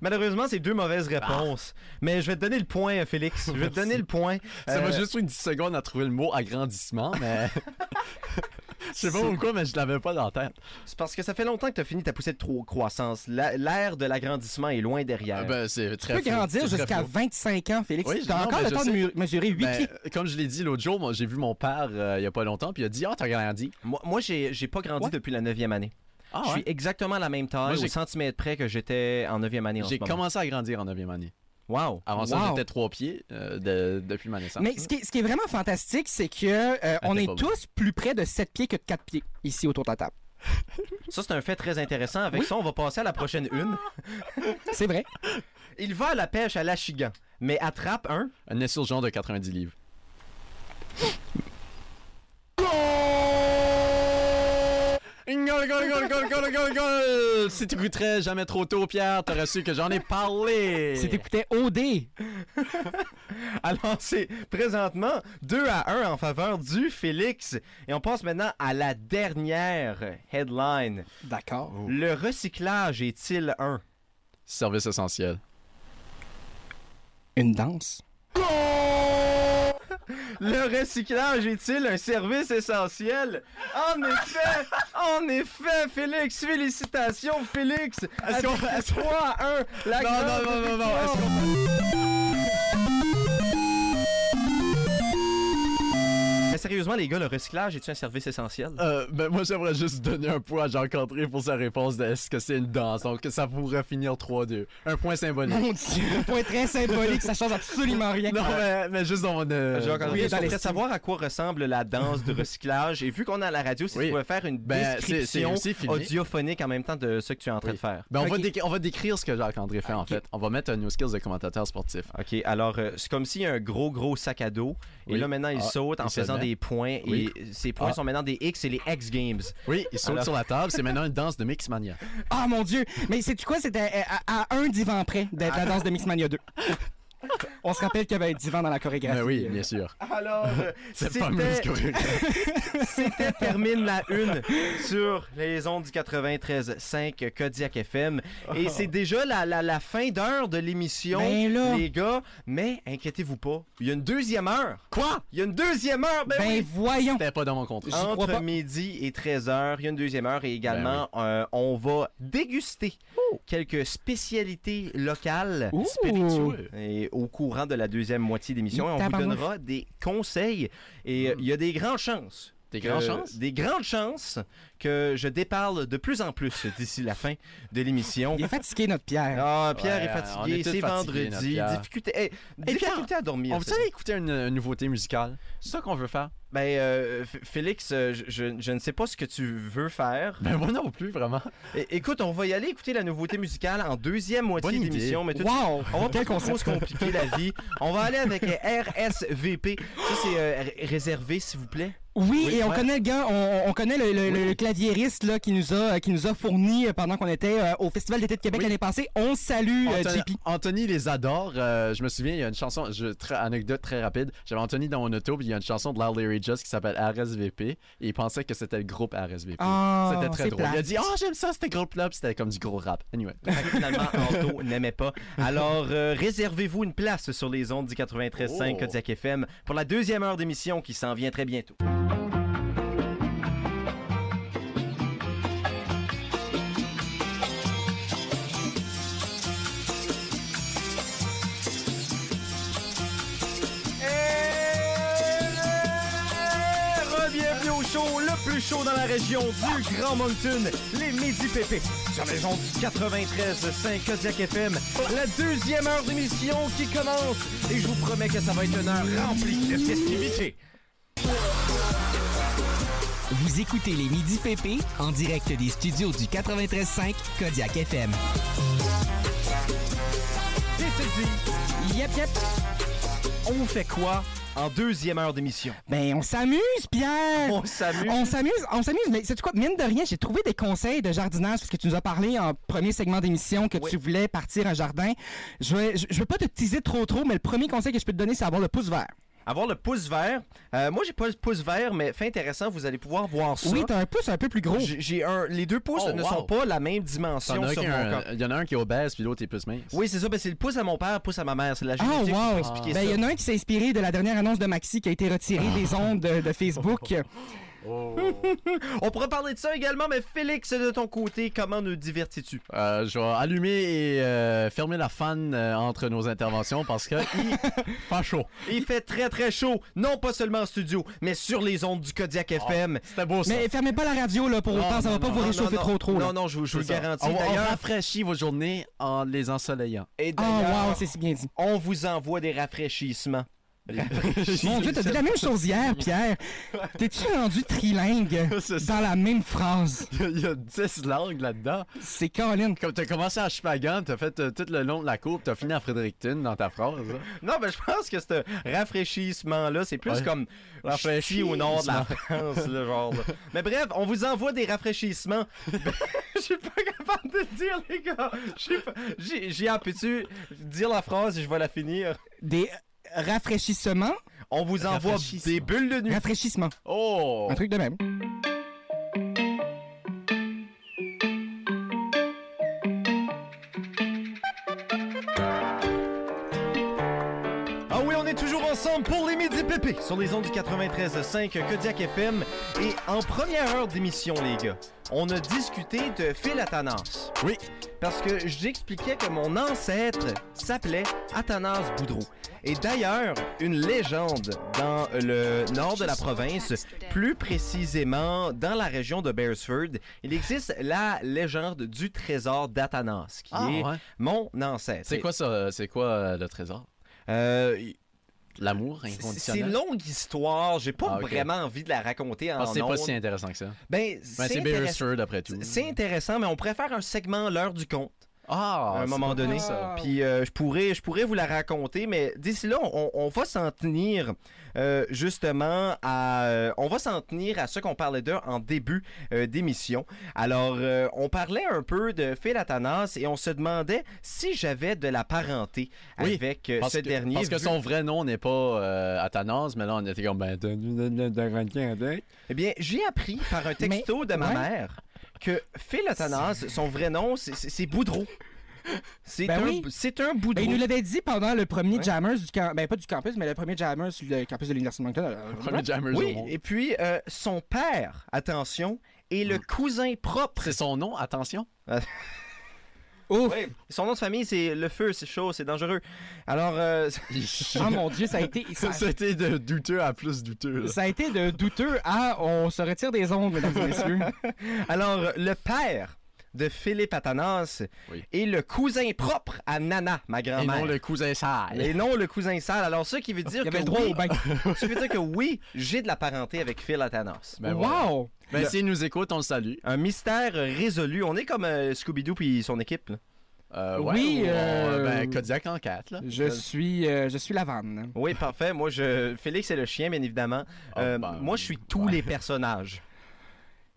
B: Malheureusement, c'est deux mauvaises
D: Ah.
B: réponses. Mais je vais te donner le point, euh, Félix. Je vais te
D: Merci.
B: donner le point.
D: Ça m'a
B: Euh,
D: juste pris une 10 secondes à trouver le mot agrandissement, mais. Je sais pas pourquoi, mais je l'avais pas dans la tête.
B: C'est parce que ça fait longtemps que tu as fini ta poussée de trop croissance. La- L'ère de l'agrandissement est loin derrière.
D: Ah, ben, c'est
E: Tu
D: très
E: peux
D: faux,
E: grandir
D: c'est très
E: jusqu'à
D: faux.
E: 25 ans, Félix.
D: Oui,
E: T'as
D: non,
E: encore
D: ben,
E: le
D: je
E: temps de
D: sais.
E: mu- mesurer 8
D: Ben,
E: pieds.
D: comme je l'ai dit l'autre jour, moi, j'ai vu mon père euh, il y a pas longtemps, puis il a dit Ah, t'as grandi.
B: Moi, moi j'ai j'ai pas grandi
D: Ouais.
B: depuis la 9e année.
D: Ah,
B: je
D: ouais.
B: suis exactement à la même
D: Moi,
B: taille,
D: j'ai-
B: au centimètre près que j'étais en 9e année en
D: J'ai
B: ce moment.
D: commencé à grandir en 9e année.
B: Wow.
D: Avant ça,
E: Wow.
D: j'étais trois pieds euh, de- depuis ma naissance.
E: Mais ce qui, est, ce qui est vraiment fantastique, c'est que euh, on
D: t'es
E: est
D: Ah, pas bon.
E: tous plus près de 7 pieds que de 4 pieds ici autour de la table.
B: Ça, c'est un fait très intéressant. Avec ça, on va passer à la prochaine une.
E: C'est vrai.
B: Il va à la pêche à l'achigan, mais attrape un.
D: Un insurgent de 90 livres. Goal, goal, goal, goal, goal, goal, goal! Si t'écouterais jamais trop tôt, Pierre, t'aurais su que j'en ai parlé!
E: Si t'écoutais OD,
B: Alors, c'est présentement 2 à 1 en faveur du Félix. Et on passe maintenant à la dernière headline.
E: d'accord.
B: Le recyclage est-il un
D: Service essentiel.
E: Une danse.
B: Le recyclage est-il un service essentiel En effet En effet, Félix Félicitations, Félix
D: Est-ce qu'on-
B: Avec
D: est-ce-
B: 3 à 1 la
D: Non,
B: grande
D: non, non, non, non,
B: victoire.
D: est-ce
B: Mais sérieusement, les gars, le recyclage est-il un service essentiel
D: Euh, ben moi j'aimerais juste donner un point à Jean-Cantré pour sa réponse de est-ce que c'est une danse, donc ça pourrait finir 3-2. Un point symbolique.
E: Mon dieu. Point très symbolique, ça change absolument rien.
D: non, mais, mais juste dans mon... euh,
B: Jean-Claude,
E: oui,
B: on
E: dans les
B: pourrait savoir à quoi ressemble la danse du recyclage. Et vu qu'on est à la radio, si
D: Oui.
B: tu pouvais faire une
D: Ben, c'est- c'est
B: description
D: aussi filmé.
B: audiophonique en même temps de ce que tu es en train
D: Oui.
B: de faire.
D: Ben, on, va
E: Ok. Ah,
D: déc- on va décrire ce que Jacques-André fait en fait. On va mettre un new skills de commentateur sportif.
B: OK, alors euh, c'est comme s'il y a un gros, gros sac à dos. Et
D: Oui.
B: là, maintenant, il
D: Ah,
B: saute en
D: il se
B: faisant
D: met.
B: des points.
D: Oui.
B: Et ces points
D: Ah.
B: sont maintenant des X et les X Games.
D: Oui, il saute
B: Alors-
D: sur la table, c'est maintenant une danse de Mixmania.
E: Ah mon dieu. Mais c'est tu quoi C'était euh, à, à un divan près d'être la danse de Mixmania 2. On se rappelle qu'il y avait un divan dans la chorégraphie.
D: Ben oui, bien sûr.
E: Ah,
B: Alors, euh,
D: C'est pas Miss
B: c'était c'était termine la une sur les ondes du 93.5 Kodiak FM. Et c'est déjà la, la, la fin d'heure de l'émission,
E: Oh. Ben là.
B: les gars. Mais inquiétez-vous pas, il y a une deuxième heure.
D: Quoi?
B: Il y a une deuxième heure, ben,
E: Ben
B: oui.
E: voyons.
D: C'était pas dans mon contrat.
E: j'y crois
B: Entre
E: pas. Ben
B: midi et 13h, il y a une deuxième heure et également, euh, on va déguster quelques spécialités locales
E: Ouh.
D: Oh! Spiritueux.
B: et au courant de la deuxième moitié d'émission. Et On vous
E: Tabarnouche.
B: donnera des conseils et euh, il y a des grandes chances.
D: Des
B: que-
D: grandes chances?
B: Des grandes chances que je déparle de plus en plus d'ici la fin de l'émission.
E: Il est fatigué notre Pierre.
B: Ah, Pierre
D: Ouais,
B: est
D: on est
B: fatigué,
D: tous
B: c'est
D: fatigués, notre
B: vendredi.
D: Pierre.
B: Difficulté, eh, difficulté à dormir.
D: On peut
B: c'est ça.
D: aller écouter une, une nouveauté musicale? C'est ça qu'on veut faire?
B: Ben, euh, F- Félix, euh, je- je, je ne sais pas ce que tu veux faire.
D: Ben moi non plus, vraiment.
B: É- écoute, on va y aller écouter la nouveauté musicale en deuxième moitié
D: Bonne idée.
B: d'émission. Mais tout de
E: Wow.
B: On va
E: Quel
B: peut-être trop se compliquer la vie. On va aller avec euh, RSVP. Ça, c'est euh, r- réservé, s'il vous plaît.
E: Oui,
B: Oui,
E: et on
B: ouais.
E: connaît le gars, on, on connaît le, le- le claviériste là, qui, nous a, qui nous a fourni euh, pendant qu'on était euh, au Festival d'été de Québec
D: Oui.
E: l'année passée. On salue euh,
D: Anthony,
E: JP.
D: Anthony les adore. Euh, je me souviens, il y a une chanson, je, très- anecdote très rapide. J'avais Anthony dans mon auto, puis il y a une chanson de Larry Regis qui s'appelle RSVP, et il pensait que c'était le groupe RSVP.
E: Ah,
D: c'était très
E: c'est
D: drôle. Il a
E: plate.
D: dit Oh, j'aime ça, c'était groupe-là, puis c'était comme du gros rap. Anyway.
B: Fait que Finalement, Anto n'aimait pas. Alors, euh, réservez-vous une place sur les ondes du 93.5
D: Oh.
B: Kodiak FM pour la deuxième heure d'émission qui s'en vient très bientôt. Bienvenue au show le plus chaud dans la région du Grand Moncton, les Midi Pépé, sur les ondes du 93.5 Kodiak FM. La deuxième heure d'émission qui commence et je vous promets que ça va être une heure remplie de festivités.
C: Vous écoutez les Midi PP en direct des studios du 93.5 Kodiak FM.
B: Et c'est dit,
E: Yep, yep.
B: on fait quoi en deuxième heure d'émission?
E: Ben, on s'amuse, Pierre!
B: On s'amuse.
E: On s'amuse, on s'amuse, mais c'est quoi? Mine de rien, j'ai trouvé des conseils de jardinage parce que tu nous as parlé en premier segment d'émission que
B: Oui.
E: tu voulais partir un jardin. Je vais, je, je veux pas te teaser trop trop, mais le premier conseil que je peux te donner, c'est avoir le pouce vert.
B: avoir le pouce vert. Euh, moi, j'ai pas le pouce vert, mais fait intéressant, vous allez pouvoir voir ça.
E: Oui, t'as un pouce un peu plus gros.
B: J'ai j'ai un. Les deux pouces
D: Oh,
B: ne
D: wow.
B: sont pas la même dimension
D: T'en as un
B: sur
D: qui
B: mon
D: a un-
B: corps.
E: euh,
D: Il y en a un qui est obèse, puis l'autre est plus mince.
B: Oui, c'est ça. Ben, c'est le pouce à mon père, pouce à ma mère. C'est de la
E: Ah,
B: génétique.
E: wow!
B: expliquer
E: Ben,
B: ça. Ah.
E: il y en a un qui s'est inspiré de la dernière annonce de Maxi qui a été retirée des ondes de, de Facebook.
B: On pourrait parler de ça également, mais Félix, de ton côté, comment nous divertis-tu?
D: Euh, je vais allumer et euh, fermer la fan euh, entre nos interventions parce que il pas chaud.
B: Il fait très très chaud, non pas seulement en studio, mais sur les ondes du Kodiak
E: Ah.
B: FM.
D: C'était beau ça.
E: Mais fermez pas la radio, là, pour
D: Non,
E: autant, ça va
D: non,
E: pas
D: non,
E: vous
B: Non,
E: réchauffer
B: non,
E: trop, trop,
B: Non,
E: là.
B: non, je, vous- je vous le
D: C'est ça.
B: garantis.
D: On, on
B: D'ailleurs,
D: rafraîchit vos journées en les ensoleillant.
B: et
E: Ah,
B: d'ailleurs,
E: wow, c'est si bien dit.
B: on vous envoie des rafraîchissements.
E: Mon Dieu, t'as dit la même chose hier, Pierre. T'es-tu rendu trilingue
D: C'est ça.
E: dans la même phrase?
D: Il y a 10 langues là-dedans.
E: C'est Colin.
D: Comme t'as commencé à Chupagan, t'as fait euh, tout le long de la courbe, t'as fini à Fredericton dans ta phrase. hein. là.
B: Non, mais je pense que ce rafraîchissement-là, c'est plus
D: Ouais.
B: comme rafraîchi au nord de la France, le genre. là. Mais bref, on vous envoie des rafraîchissements. Je suis pas capable de le dire, les gars. Je suis pas- J'ai j'ai pu dire la phrase et je vais la finir.
E: Des rafraîchissements?
B: On vous envoie
D: Rafraîchissement.
B: des bulles de nuit.
E: Rafraîchissements.
D: Oh!
E: Un truc de même.
B: Ah oui, on est toujours ensemble pour les Midi Pépé sur les ondes du 93.5 Kodiak FM. Et en première heure d'émission, les gars, on a discuté de Phil Athanas.
D: Oui.
B: Parce que j'expliquais que mon ancêtre s'appelait Athanas Boudreau. Et d'ailleurs, une légende dans le nord de la province, plus précisément dans la région de Beresford, il existe la légende du trésor d'Athanas, qui
D: Ah,
B: est
D: ouais.
B: mon ancêtre.
D: C'est quoi ça? euh, C'est quoi euh, le trésor?
B: Euh,
D: L'amour
B: C'est- C'est
D: inconditionnel?
B: une longue histoire, j'ai pas
D: Ah, ok.
B: vraiment envie de la raconter
D: Je
B: en
D: pense que c'est pas
B: ondes.
D: si intéressant que ça.
B: Ben,
D: Ben, c'est
B: c'est intéressant.
D: Beresford après tout.
B: C'est intéressant, mais on pourrait faire un segment l'heure du compte
D: Ah!
B: à un
D: c'est
B: moment
D: pas
B: donné.
D: mal, ça.
B: Puis euh, je pourrais, je pourrais vous la raconter, mais d'ici là, on, on va s'en tenir euh, justement à, euh, on va s'en tenir à ce qu'on parlait d'eux en début euh, d'émission. Alors, euh, on parlait un peu de Phil Athanas et on se demandait si j'avais de la parenté
D: Oui,
B: avec euh,
D: Parce
B: ce
D: que,
B: dernier.
D: Parce que
B: vu-
D: son vrai nom n'est pas euh, Athanas, mais là, on était comme. Ben, t'as-
B: Eh bien, j'ai appris par un texto de ma
E: ouais.
B: mère que Phil Athanas, son vrai nom, c'est- c'est c'est Boudreau. C'est
E: Ben
B: un,
E: oui.
B: c'est un
E: Ben,
B: Boudreau.
E: il nous l'avait dit pendant le premier
B: Ouais.
E: Jammers du campus, ben pas du campus, mais le premier Jammers sur le campus de l'Université de Moncton. euh,
D: Premier Jammers au
B: oui,
D: monde.
B: et puis euh, son père, attention, est
E: Hum.
B: le cousin propre.
D: C'est son nom, attention.
E: Ouf!
B: Ouais. Son nom de famille, c'est Le Feu, c'est chaud, c'est dangereux. Alors, euh,
E: Oh mon dieu, ça a été. Ça,
D: C'était de douteux à plus douteux. là.
E: ça a été de douteux à on se retire des ondes, mesdames et messieurs.
B: alors le père de Philippe Athanas
D: Oui.
B: est le cousin propre à Nana, ma
D: Et
B: grand-mère.
D: non le cousin sale.
B: Et non le cousin sale. Alors, ça qui veut dire
E: Il y
B: que
E: avait le droit
B: oui,
E: au bain.
B: ça veut dire que oui, j'ai de la parenté avec Phil Athanas.
D: Ben, voilà.
E: wow!
D: Ben, s'il nous écoute, on le salue.
B: Un mystère résolu. On est comme euh, Scooby-Doo puis son équipe. là.
D: Euh, ouais,
E: Oui,
D: ou on-
E: euh,
D: Ben, Kodiak en 4, là.
E: Je suis, euh, je suis la vanne.
B: Oui, parfait. Moi, je... Félix est le chien, bien évidemment. Euh,
D: Ah, ben,
B: moi, je suis tous
D: ouais.
B: les personnages.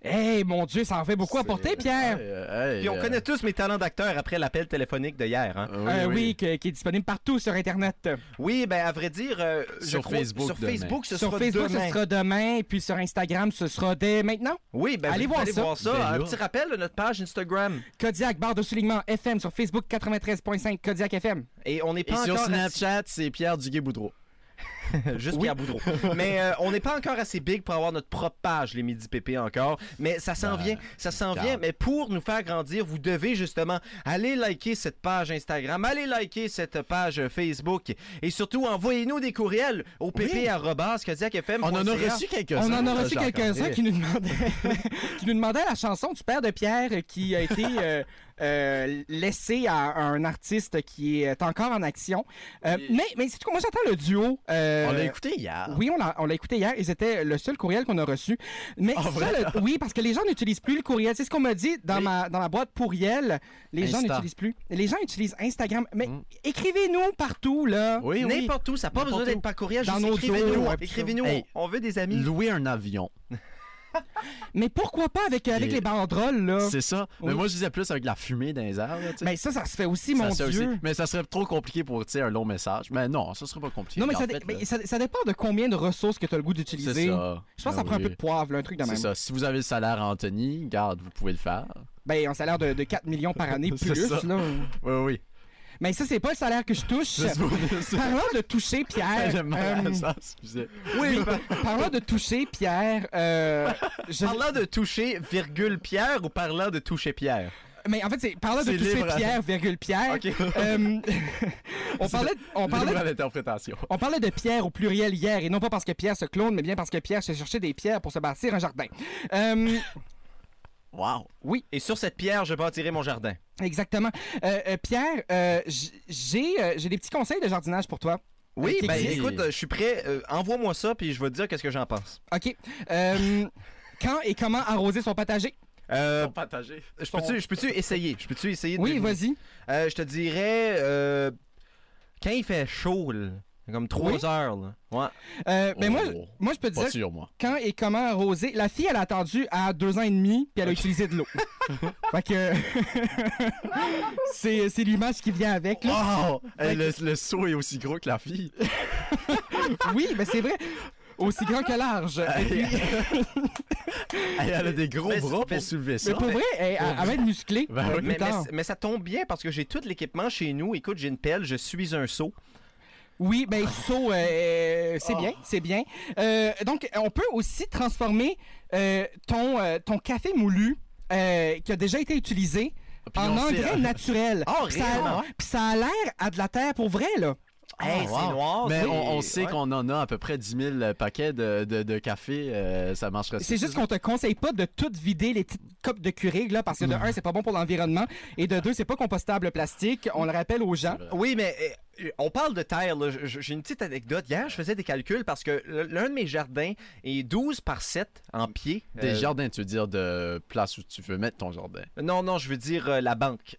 E: Hey, mon dieu, ça en fait beaucoup à porter, Pierre!
D: Euh, hey,
B: Puis on
D: euh,
B: connaît tous mes talents d'acteur après l'appel téléphonique de hier. hein.
D: euh,
E: Euh, oui, que- qui est disponible partout sur Internet.
B: Oui, ben à vrai dire, euh, je
D: Sur
B: crois-
D: Facebook
B: sur
D: demain.
B: Facebook, ce
E: sur
B: sera
E: Facebook,
B: demain.
E: ce sera demain, puis sur Instagram, ce sera dès maintenant.
B: Oui, ben
E: Allez
B: vous
E: voir
B: allez
E: ça.
B: voir ça.
D: Ben
B: un
D: là.
B: petit rappel de notre page Instagram.
E: Kodiak, barre de soulignement FM sur Facebook 93.5 Kodiak FM.
B: Et on n'est
D: Et
B: pas
D: sur
B: encore
D: Snapchat, c'est Pierre Duguay-Boudreau.
B: assez- juste Pierre Boudreau. Mais euh, on n'est pas encore assez big pour avoir notre propre page, les Midi Pépé encore. Mais ça s'en
D: Ben,
B: vient, ça s'en
D: calme.
B: vient. Mais pour nous faire grandir, vous devez justement aller liker cette page Instagram, aller liker cette page euh, Facebook, et surtout envoyez-nous des courriels au pp@kodiakfm.ca.
D: On en a reçu quelques-uns.
E: On en a
D: là,
E: reçu
D: j'ai
E: quelques-uns
D: regardé.
E: qui nous demandaient qui nous demandaient la chanson du père de Pierre euh, qui a été euh, euh, laissée à un artiste qui est encore en action. Euh, Mais mais c'est tout moi j'attends le duo. euh,
D: On l'a écouté hier.
E: Oui, on l'a, on l'a écouté hier et c'était le seul courriel qu'on a reçu. Mais
D: Ah,
E: ça,
D: vrai?
E: le- oui, parce que les gens n'utilisent plus le courriel. C'est ce qu'on m'a dit dans,
D: Oui.
E: ma, dans ma boîte pourriel. Les gens
D: Insta.
E: n'utilisent plus. Les gens utilisent Instagram. Mais
D: Mm.
E: écrivez-nous partout, là.
D: Oui, oui.
B: N'importe où, ça n'a pas
D: N'importe
B: besoin
D: où.
B: d'être par courriel.
E: Dans
B: juste
E: nos
B: écrivez-nous,
E: dos, ouais,
B: écrivez-nous.
D: Hey.
B: On veut des amis.
D: Louer un avion.
E: Mais pourquoi pas avec, euh, avec
D: Et-
E: les banderoles, là?
D: C'est ça. Mais
E: Oui.
D: moi, je disais plus avec la fumée dans les arbres. là, tu sais.
E: Mais ça, ça se fait aussi,
D: Ça
E: mon
D: se fait
E: Dieu.
D: aussi. Mais ça serait trop compliqué pour tu sais, un long message. Mais non, ça serait pas compliqué.
E: Non, mais,
D: En
E: ça,
D: fait,
E: dé- mais
D: là,
E: ça, ça dépend de combien de ressources que tu as le goût
D: c'est
E: d'utiliser.
D: ça.
E: Je pense que ça
D: Ben
E: prend un
D: oui.
E: peu de poivre, là, un truc de
D: C'est
E: même.
D: ça. Si vous avez le salaire à Anthony, garde, vous pouvez le faire.
E: Ben, un salaire de, de 4 millions par année
D: C'est
E: plus,
D: ça.
E: là.
D: Oui, oui.
E: Mais ça, c'est pas le salaire que je touche.
D: Juste pour dire ça.
E: Parlant de toucher, Pierre.
D: J'aime mal
E: euh,
D: ça, ce sujet.
E: oui, parlant de toucher, Pierre. euh, je-
B: Parlant de toucher, virgule Pierre ou parlant de toucher Pierre?
E: Mais en fait, c'est parlant de
D: C'est
E: toucher
D: libre à-
E: Pierre, virgule Pierre.
D: Ok.
E: euh, on parlait, on parlait
D: Libre à l'interprétation.
E: On parlait de Pierre au pluriel hier, et non pas parce que Pierre se clone, mais bien parce que Pierre se cherchait des pierres pour se bâtir un jardin. Euh,
D: Wow.
B: Et sur cette pierre, je bâtirai mon jardin.
E: exactement. Euh, euh, Pierre, euh, j- j'ai euh, j'ai des petits conseils de jardinage pour toi.
B: Oui,
E: Avec
B: ben
E: Xi.
B: écoute, euh, je suis prêt. euh, Envoie-moi ça, puis je vais te dire qu'est-ce que j'en pense.
E: OK. Euh, quand et comment arroser son potager?
B: Euh,
D: partagé.
B: je peux-tu je peux-tu essayer? Je peux-tu essayer de
E: Oui,
B: deviner?
E: vas-y.
B: Euh, je te dirais, euh, quand il fait chaud, là, comme 3
E: Oui.
B: heures, là. Ouais.
E: Euh, Mais moi,
D: Oh.
E: moi, je peux te
D: Pas
E: dire
D: sûr, moi.
E: quand et comment arroser. La fille, elle a attendu à deux ans et demi, puis elle a utilisé de l'eau. fait que... c'est c'est l'image qui vient avec, là.
D: Wow!
E: Ben
D: Eh, le, le seau est aussi gros que la fille.
E: Oui, mais c'est vrai. Aussi grand que large.
D: Ben,
E: Et puis-
D: Eh, Elle a des gros
B: Mais-
D: bras
B: mais-
D: pour soulever ça.
E: Mais pour vrai, elle, elle- elle va être musclée.
D: Ben oui.
E: plus
B: Mais, mais-
E: tard.
B: mais ça tombe bien parce que j'ai tout l'équipement chez nous. Écoute, j'ai une pelle, je suis un seau.
E: Oui, ben so, euh, c'est bien,
B: Ah.
E: c'est bien. Euh, donc, on peut aussi transformer euh, ton, euh, ton café moulu euh, qui a déjà été utilisé
D: Puis
E: en
D: on sait,
E: engrais
D: hein.
E: naturel.
B: Oh,
E: Puis ça,
B: réellement,
E: a- puis ça a l'air à de la terre pour vrai, là.
B: Hey,
D: wow.
B: c'est noir.
D: Mais
B: c'est-
D: on, on sait
B: ouais.
D: qu'on en a à peu près 10 000 paquets de, de, de café. euh, ça marchera
E: C'est juste qu'on te conseille pas de tout vider les petites copes de curé, là, parce que
B: Mm.
E: de un, c'est pas bon pour l'environnement, et de deux, c'est pas compostable le plastique. On le rappelle aux gens.
B: Oui, mais euh, on parle de terre. là. J- J'ai une petite anecdote. Hier, je faisais des calculs parce que l- l'un de mes jardins est 12 par 7 en pied. Euh,
D: Des jardins, tu veux dire, de place où tu veux mettre ton jardin.
B: Non, non, je veux dire euh, la banque.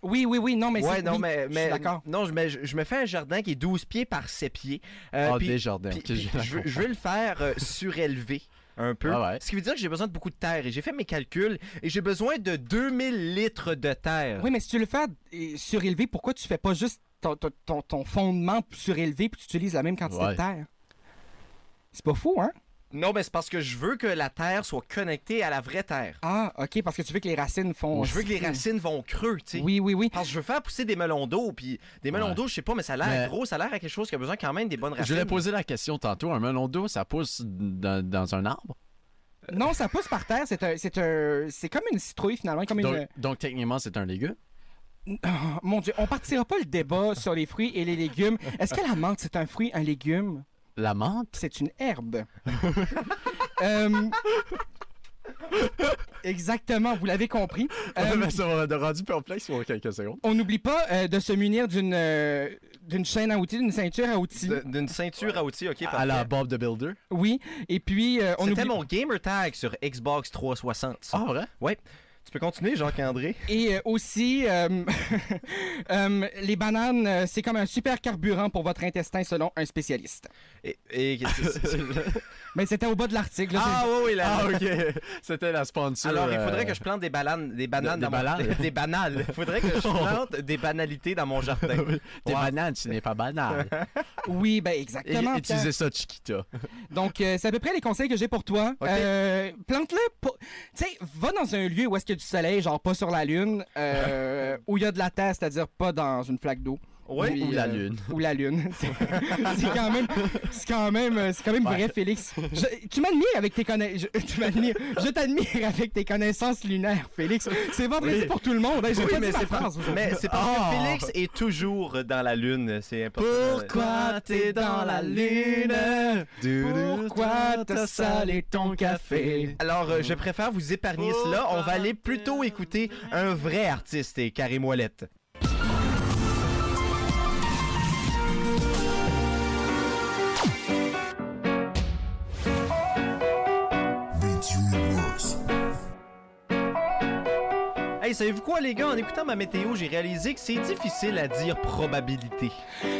E: Oui, oui, oui, non, mais
B: ouais,
E: c'est-
B: non,
E: oui,
B: mais,
E: je suis
B: mais-
E: d'accord.
B: non, je, mais je- je me fais un jardin qui est 12 pieds par 7 pieds. Euh,
D: ah,
B: puis-
D: des jardins.
B: puis-
D: ok, j'ai
B: puis
D: la
B: je, veux-
D: comprends.
B: je veux le faire euh, surélevé un peu.
D: Ah ouais.
B: Ce qui veut dire que j'ai besoin de beaucoup de terre. Et j'ai fait mes calculs et j'ai besoin de 2000 litres de terre.
E: Oui, mais si tu le fais euh, surélevé, pourquoi tu fais pas juste ton, ton- ton- ton fondement surélevé puis tu utilises la même quantité
D: Ouais.
E: de terre? C'est pas fou, hein?
B: Non, mais c'est parce que je veux que la terre soit connectée à la vraie terre.
E: Ah, ok, parce que tu veux que les racines font.
B: je veux que les racines vont creux, tu sais.
E: Oui, oui, oui.
B: Parce que je veux faire pousser des melons d'eau, puis des melons
D: Ouais.
B: d'eau, je sais pas, mais ça a l'air
D: Mais-
B: gros, ça a l'air à quelque chose qui a besoin quand même des bonnes
D: Je
B: racines.
D: voulais poser la question tantôt. Un melon d'eau, ça pousse dans, dans un arbre?
E: Non, ça pousse par terre. C'est un, c'est un, c'est comme une citrouille finalement, comme une.
D: Donc, donc, techniquement, c'est un légume?
E: Ah, mon Dieu, on partira pas le débat sur les fruits et les légumes. Est-ce que la menthe c'est un fruit, un légume
D: La menthe?
E: C'est une herbe. Euh, Exactement, vous l'avez compris. Euh,
D: Ah, Mais ça m'a rendu perplexe pour quelques secondes.
E: On n'oublie pas euh, de se munir d'une euh, d'une chaîne à outils, d'une ceinture à outils.
B: De- D'une ceinture à outils, ok,
D: À
B: parfait.
D: la Bob the Builder?
E: Oui. Et puis, euh, on
B: C'était
E: oublie...
B: mon gamer tag sur Xbox 360. ça.
D: Ah, vrai?
B: Tu peux continuer, Jacques-André?
E: Et euh, aussi, euh, euh, les bananes, euh, c'est comme un super carburant pour votre intestin, selon un spécialiste.
B: Et, et- c'est- c'est-
E: Mais c'était au bas de l'article. là,
B: ah
E: c'est-
B: oui, oui, la-
D: Ah, ok. C'était la sponsor.
B: Alors, il
D: euh,
B: faudrait que je plante des bananes, des bananes,
D: des
B: dans mon-
D: banales.
B: des banales. Il faudrait que je plante des banalités dans mon jardin.
D: T'es
B: Wow.
D: banane, tu n'es pas banal.
E: Oui, ben
D: Et,
E: exactement. Pierre.
D: utilisez ça, Chiquita.
E: Donc, euh, c'est à peu près les conseils que j'ai pour toi.
B: Ok.
E: Euh, Plante-le. pour- Tu sais, va dans un lieu où est-ce qu'il y a du soleil, genre pas sur la lune, euh, où il y a de la terre, c'est-à-dire pas dans une flaque d'eau.
B: Ouais.
E: Puis,
D: Ou la
E: euh,
D: lune.
E: Ou la lune. C'est c'est quand même, c'est quand même, euh, c'est quand même vrai, Félix. Je- tu m'admires avec tes connaissances. Tu m'admires. Je t'admire avec tes connaissances lunaires, Félix. C'est vendredi
D: Oui.
E: pour tout le monde. hein, J'ai
B: Oui,
E: pas
B: mais
E: dit ma
B: c'est pas-
E: phrase aujourd'hui.
B: Mais c'est parce
D: Ah.
B: que Félix est toujours dans la lune, c'est important.
E: Pourquoi t'es dans la lune? Pourquoi t'as salé ton café?
B: Alors, euh, je préfère vous épargner cela. On va aller plutôt écouter un vrai artiste, et Carré Moellette.
G: Beat Universe.
B: Hey, savez-vous quoi, les gars? En écoutant ma météo, j'ai réalisé que c'est difficile à dire probabilité.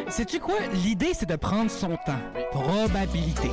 E: Sais-tu quoi? L'idée, c'est de prendre son temps. Probabilité.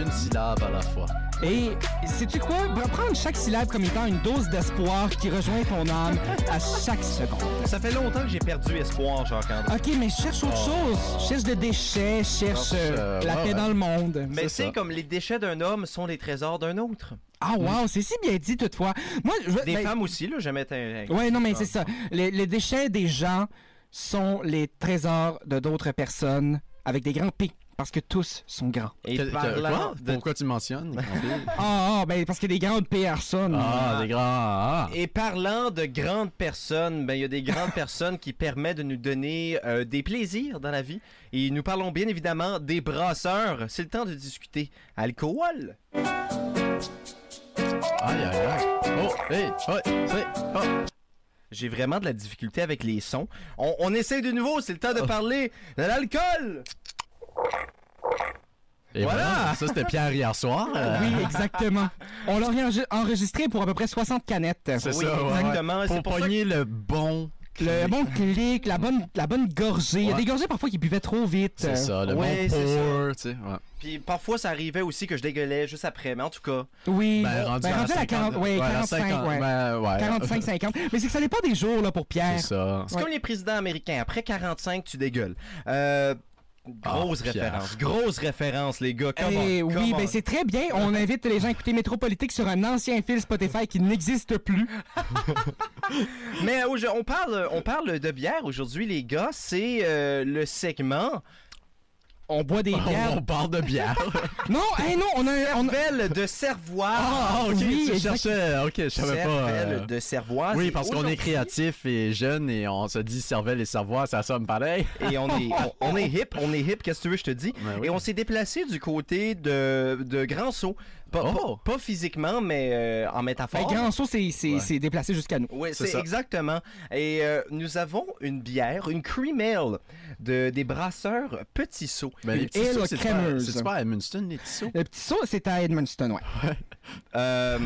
D: Une syllabe à la fois.
E: Et sais-tu quoi? Prendre chaque syllabe comme étant une dose d'espoir qui rejoint ton âme à chaque seconde.
B: Ça fait longtemps que j'ai perdu espoir, Jacques-André.
E: Ok, mais cherche autre chose. Cherche des déchets, cherche
D: Cherche,
E: euh,
D: euh,
E: la
D: ouais,
E: paix
D: ouais.
E: dans le monde.
B: Mais
D: C'est
B: c'est
D: ça.
B: comme les déchets d'un homme sont les trésors d'un autre.
E: Ah wow, c'est si bien dit toutefois. Moi, je
B: Des
E: ben,
B: femmes Ah. aussi, là, jamais t'in-
E: Ouais, non, mais c'est ça. Les, les déchets des gens sont les trésors de d'autres personnes avec des grands P. Parce que tous sont grands.
B: Et
D: Que- que-
B: parlant
D: quoi?
B: de-
D: Pourquoi tu mentionnes?
E: Ah, ah, ben parce qu'il y a des grandes personnes.
D: ah, des grands... ah.
B: Et parlant de grandes personnes, ben il y a des grandes personnes qui permettent de nous donner euh, des plaisirs dans la vie. Et nous parlons bien évidemment des brasseurs. C'est le temps de discuter alcool.
D: Ah, Aïe, aïe, aïe. Oh, hey, oh, c'est... Oh.
B: J'ai vraiment de la difficulté avec les sons. On, on essaye de nouveau. C'est le temps de parler de l'alcool.
D: Et voilà!
B: Voilà.
D: Ça, c'était Pierre hier soir. euh,
E: Oui, exactement. On l'a enregistre- enregistré pour à peu près 60 canettes.
D: C'est
B: Oui,
D: ça, ouais.
B: exactement. C'est
D: Pour
B: pour ça que-
D: pogner le bon...
E: Le bon clic, la bonne, la bonne gorgée. Il y a
D: Ouais.
E: des gorgées parfois qui buvaient trop vite.
D: C'est ça, le
B: Ouais,
D: bon
B: c'est ça.
D: pour, tu sais, ouais.
B: Puis parfois ça arrivait aussi que je dégueulais juste après. Mais en tout cas,
E: Oui.
D: Ben, rendu à
E: rendu à la 40 ouais,
D: ouais, à
E: 45,
D: 50,
E: ouais.
D: ben, ouais.
E: 45, 50. Mais c'est que ça dépend des jours là, pour Pierre.
D: C'est ça.
B: c'est
E: Ouais.
B: comme les présidents américains. Après 45, tu dégueules. Euh, grosse
D: Ah, Pierre.
B: référence. Grosse référence, les gars. Come on,
E: Eh oui,
B: come
E: ben
B: on.
E: c'est très bien. On invite les gens à écouter Métropolitique sur un ancien fil Spotify qui n'existe plus.
B: Mais aujourd- on parle, on parle de bière aujourd'hui, les gars. C'est euh, le segment
E: On boit des bières.
D: Oh, On parle de bière.
E: non, eh non, on a, on a-
B: Cervelle de Cervoise.
D: Ah, ok,
E: oui,
D: tu
E: exact-
D: cherchais. Ok, je savais pas.
B: Cervelle
D: euh,
B: de Cervoise.
D: Oui,
B: Et
D: parce qu'on est
B: aujourd'hui-
D: créatif et jeune et on se dit cervelle et savoir, ça somme pareil.
B: Et on est, on, on est hip, on est hip, qu'est-ce que tu veux, je te dis.
D: Ben oui.
B: Et on s'est déplacé du côté de, de Grand Saut. Pas,
D: Oh.
B: pas- pas physiquement, mais euh, en
E: Ben,
B: métaphore.
E: Grand Saut c'est c'est-
D: Ouais.
E: c'est déplacé jusqu'à nous.
B: Oui,
D: C'est
B: c'est
D: ça.
B: exactement. Et euh, nous avons une bière, une cream ale de, des brasseurs Petit Saut.
D: Ben,
E: Une
D: les petits
E: ale
D: sauts, c'est
E: crémeuse.
D: pas, c'est pas à Edmundston, les petits sauts.
E: Le petit saut, c'est à Edmundston, ouais.
B: Euh,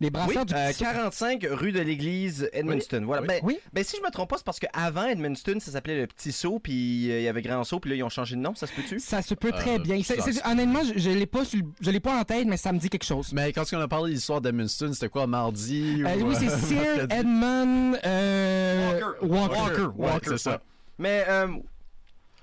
E: Les
B: oui,
E: brasseurs du
B: euh,
E: petit saut.
B: 45 rue de l'église Edmundston. Voilà. Ben,
E: Oui.
B: ben, si je me trompe pas, c'est parce qu'avant Edmundston, ça s'appelait le Petit Saut, puis euh, il y avait Grand Saut, puis là, ils ont changé de nom, ça se peut-tu?
E: Ça se peut très
D: Euh,
E: bien. C'est-
D: ça,
E: c'est-
D: c'est-
E: honnêtement, je, je l'ai pas, sur le- je l'ai pas en tête, mais ça me dit quelque chose.
D: Mais quand on a parlé de l'histoire d'Edmundston, c'était quoi, mardi?
E: Euh,
D: ou,
E: oui, c'est
D: euh,
E: Sir
D: mercredi?
E: Edmund euh,
B: Walker.
E: Walker.
D: Ouais,
B: Walker,
D: c'est ça.
B: Mais euh,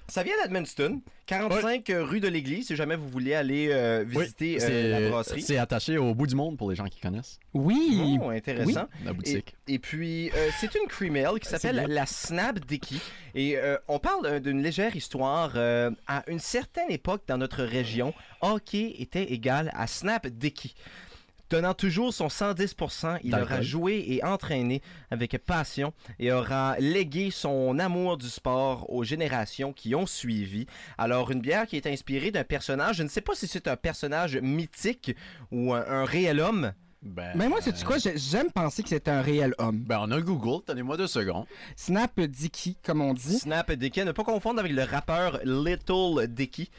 B: ça vient d'Edmundston, 45 rue de l'église, si jamais vous voulez aller euh,
D: Oui,
B: visiter euh,
D: c'est-
B: la brasserie.
D: C'est attaché au bout du monde pour les gens qui connaissent
E: Oui.
B: Oh, intéressant.
D: la
B: Et,
D: boutique. Ah,
B: et puis, euh, c'est une cream ale qui s'appelle
D: bien.
B: la Snap Dicky. Et euh, on parle euh, d'une légère histoire. euh, à une certaine époque dans notre région, hockey était égal à Snap Dicky. Tenant toujours son 110%, il
D: D'alcool.
B: aura joué et entraîné avec passion et aura légué son amour du sport aux générations qui ont suivi. Alors, une bière qui est inspirée d'un personnage, je ne sais pas si c'est un personnage mythique ou un, un réel homme.
D: Ben,
E: Mais moi, sais-tu quoi? J'ai- J'aime penser que c'est un réel homme.
D: Ben, on a Google, tenez-moi deux secondes.
E: Snap Dicky, comme on dit.
B: Snap Dicky, à ne pas confondre avec le rappeur Little Dicky.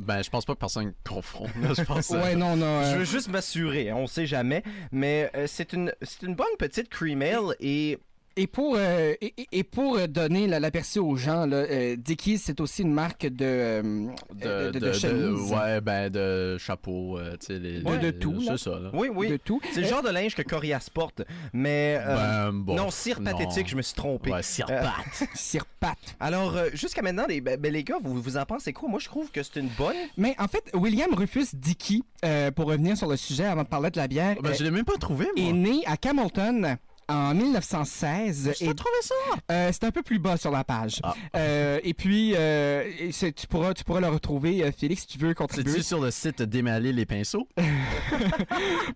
D: Ben, je pense pas que personne confond. là, je pense. euh,
E: Ouais, non, non. euh,
B: Je veux juste m'assurer, hein, on sait jamais, mais euh, c'est une c'est une bonne petite cream ale et
E: Et pour, euh, et, et- et pour euh, donner la- l'aperçu aux gens, là, euh, Dickies, c'est aussi une marque de, euh, euh, de, de, chemise,
D: ouais, ben, de chapeau, euh, tu sais, les,
E: De-
D: les-
E: de tout, là.
D: C'est ça, là.
B: oui oui,
E: de tout.
B: c'est le genre de linge que Corias porte, mais euh,
D: Ben, bon.
B: non cire pathétique, je me suis trompé.
D: Ouais, cire
B: Euh,
D: pâte.
E: Sirpate.
B: Alors euh, jusqu'à maintenant les ben, ben, les gars, vous vous en pensez quoi Moi je trouve que c'est une bonne.
E: Mais en fait, William Rufus Dickey, euh, pour revenir sur le sujet avant de parler de la bière,
D: Ben,
E: euh,
D: je l'ai même pas trouvé,
E: est
D: moi.
E: né à Camelton en 1916.
D: J'ai
E: Et,
D: trouvé ça.
E: euh, c'est un peu plus bas sur la page.
D: Ah.
E: Euh, et puis, euh, et c'est- tu, pourras, tu pourras le retrouver, euh, Félix, si tu veux contribuer.
D: C'est-tu sur le site Démêler les pinceaux?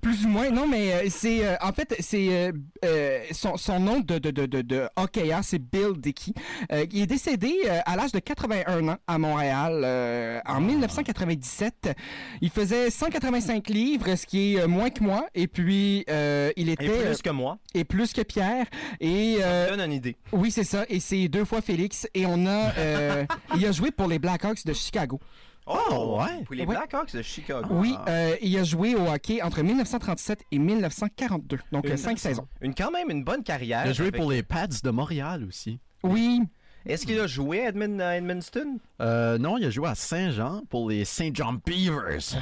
E: Plus ou moins, non, mais euh, c'est euh, en fait c'est euh, euh, son, son nom de de, de, de, de hockeyeur, c'est Bill Dickey. Euh, il est décédé euh, à l'âge de 81 ans à Montréal euh,
B: Ah.
E: en 1997. Il faisait 185 livres, ce qui est euh, moins que moi, et puis euh, il était
B: Et
E: euh,
B: plus que moi,
E: et plus que Pierre. Et euh,
B: donne une idée.
E: oui, c'est ça. Et c'est deux fois Félix. Et on a euh, il a joué pour les Blackhawks de Chicago.
B: Oh ouais. Pour les
E: Ouais.
B: Blackhawks de Chicago. Ah.
E: Oui,
D: Ah.
E: euh, il a joué au hockey entre 1937 et 1942, donc euh, cinq saisons.
B: Une quand même une bonne carrière.
D: Il a joué
B: avec-
D: pour les Pats de Montréal aussi.
E: Oui,
B: Est-ce qu'il a joué à Edmund- à Edmundston
D: Euh, non, il a joué à Saint-Jean pour les Saint-Jean Beavers.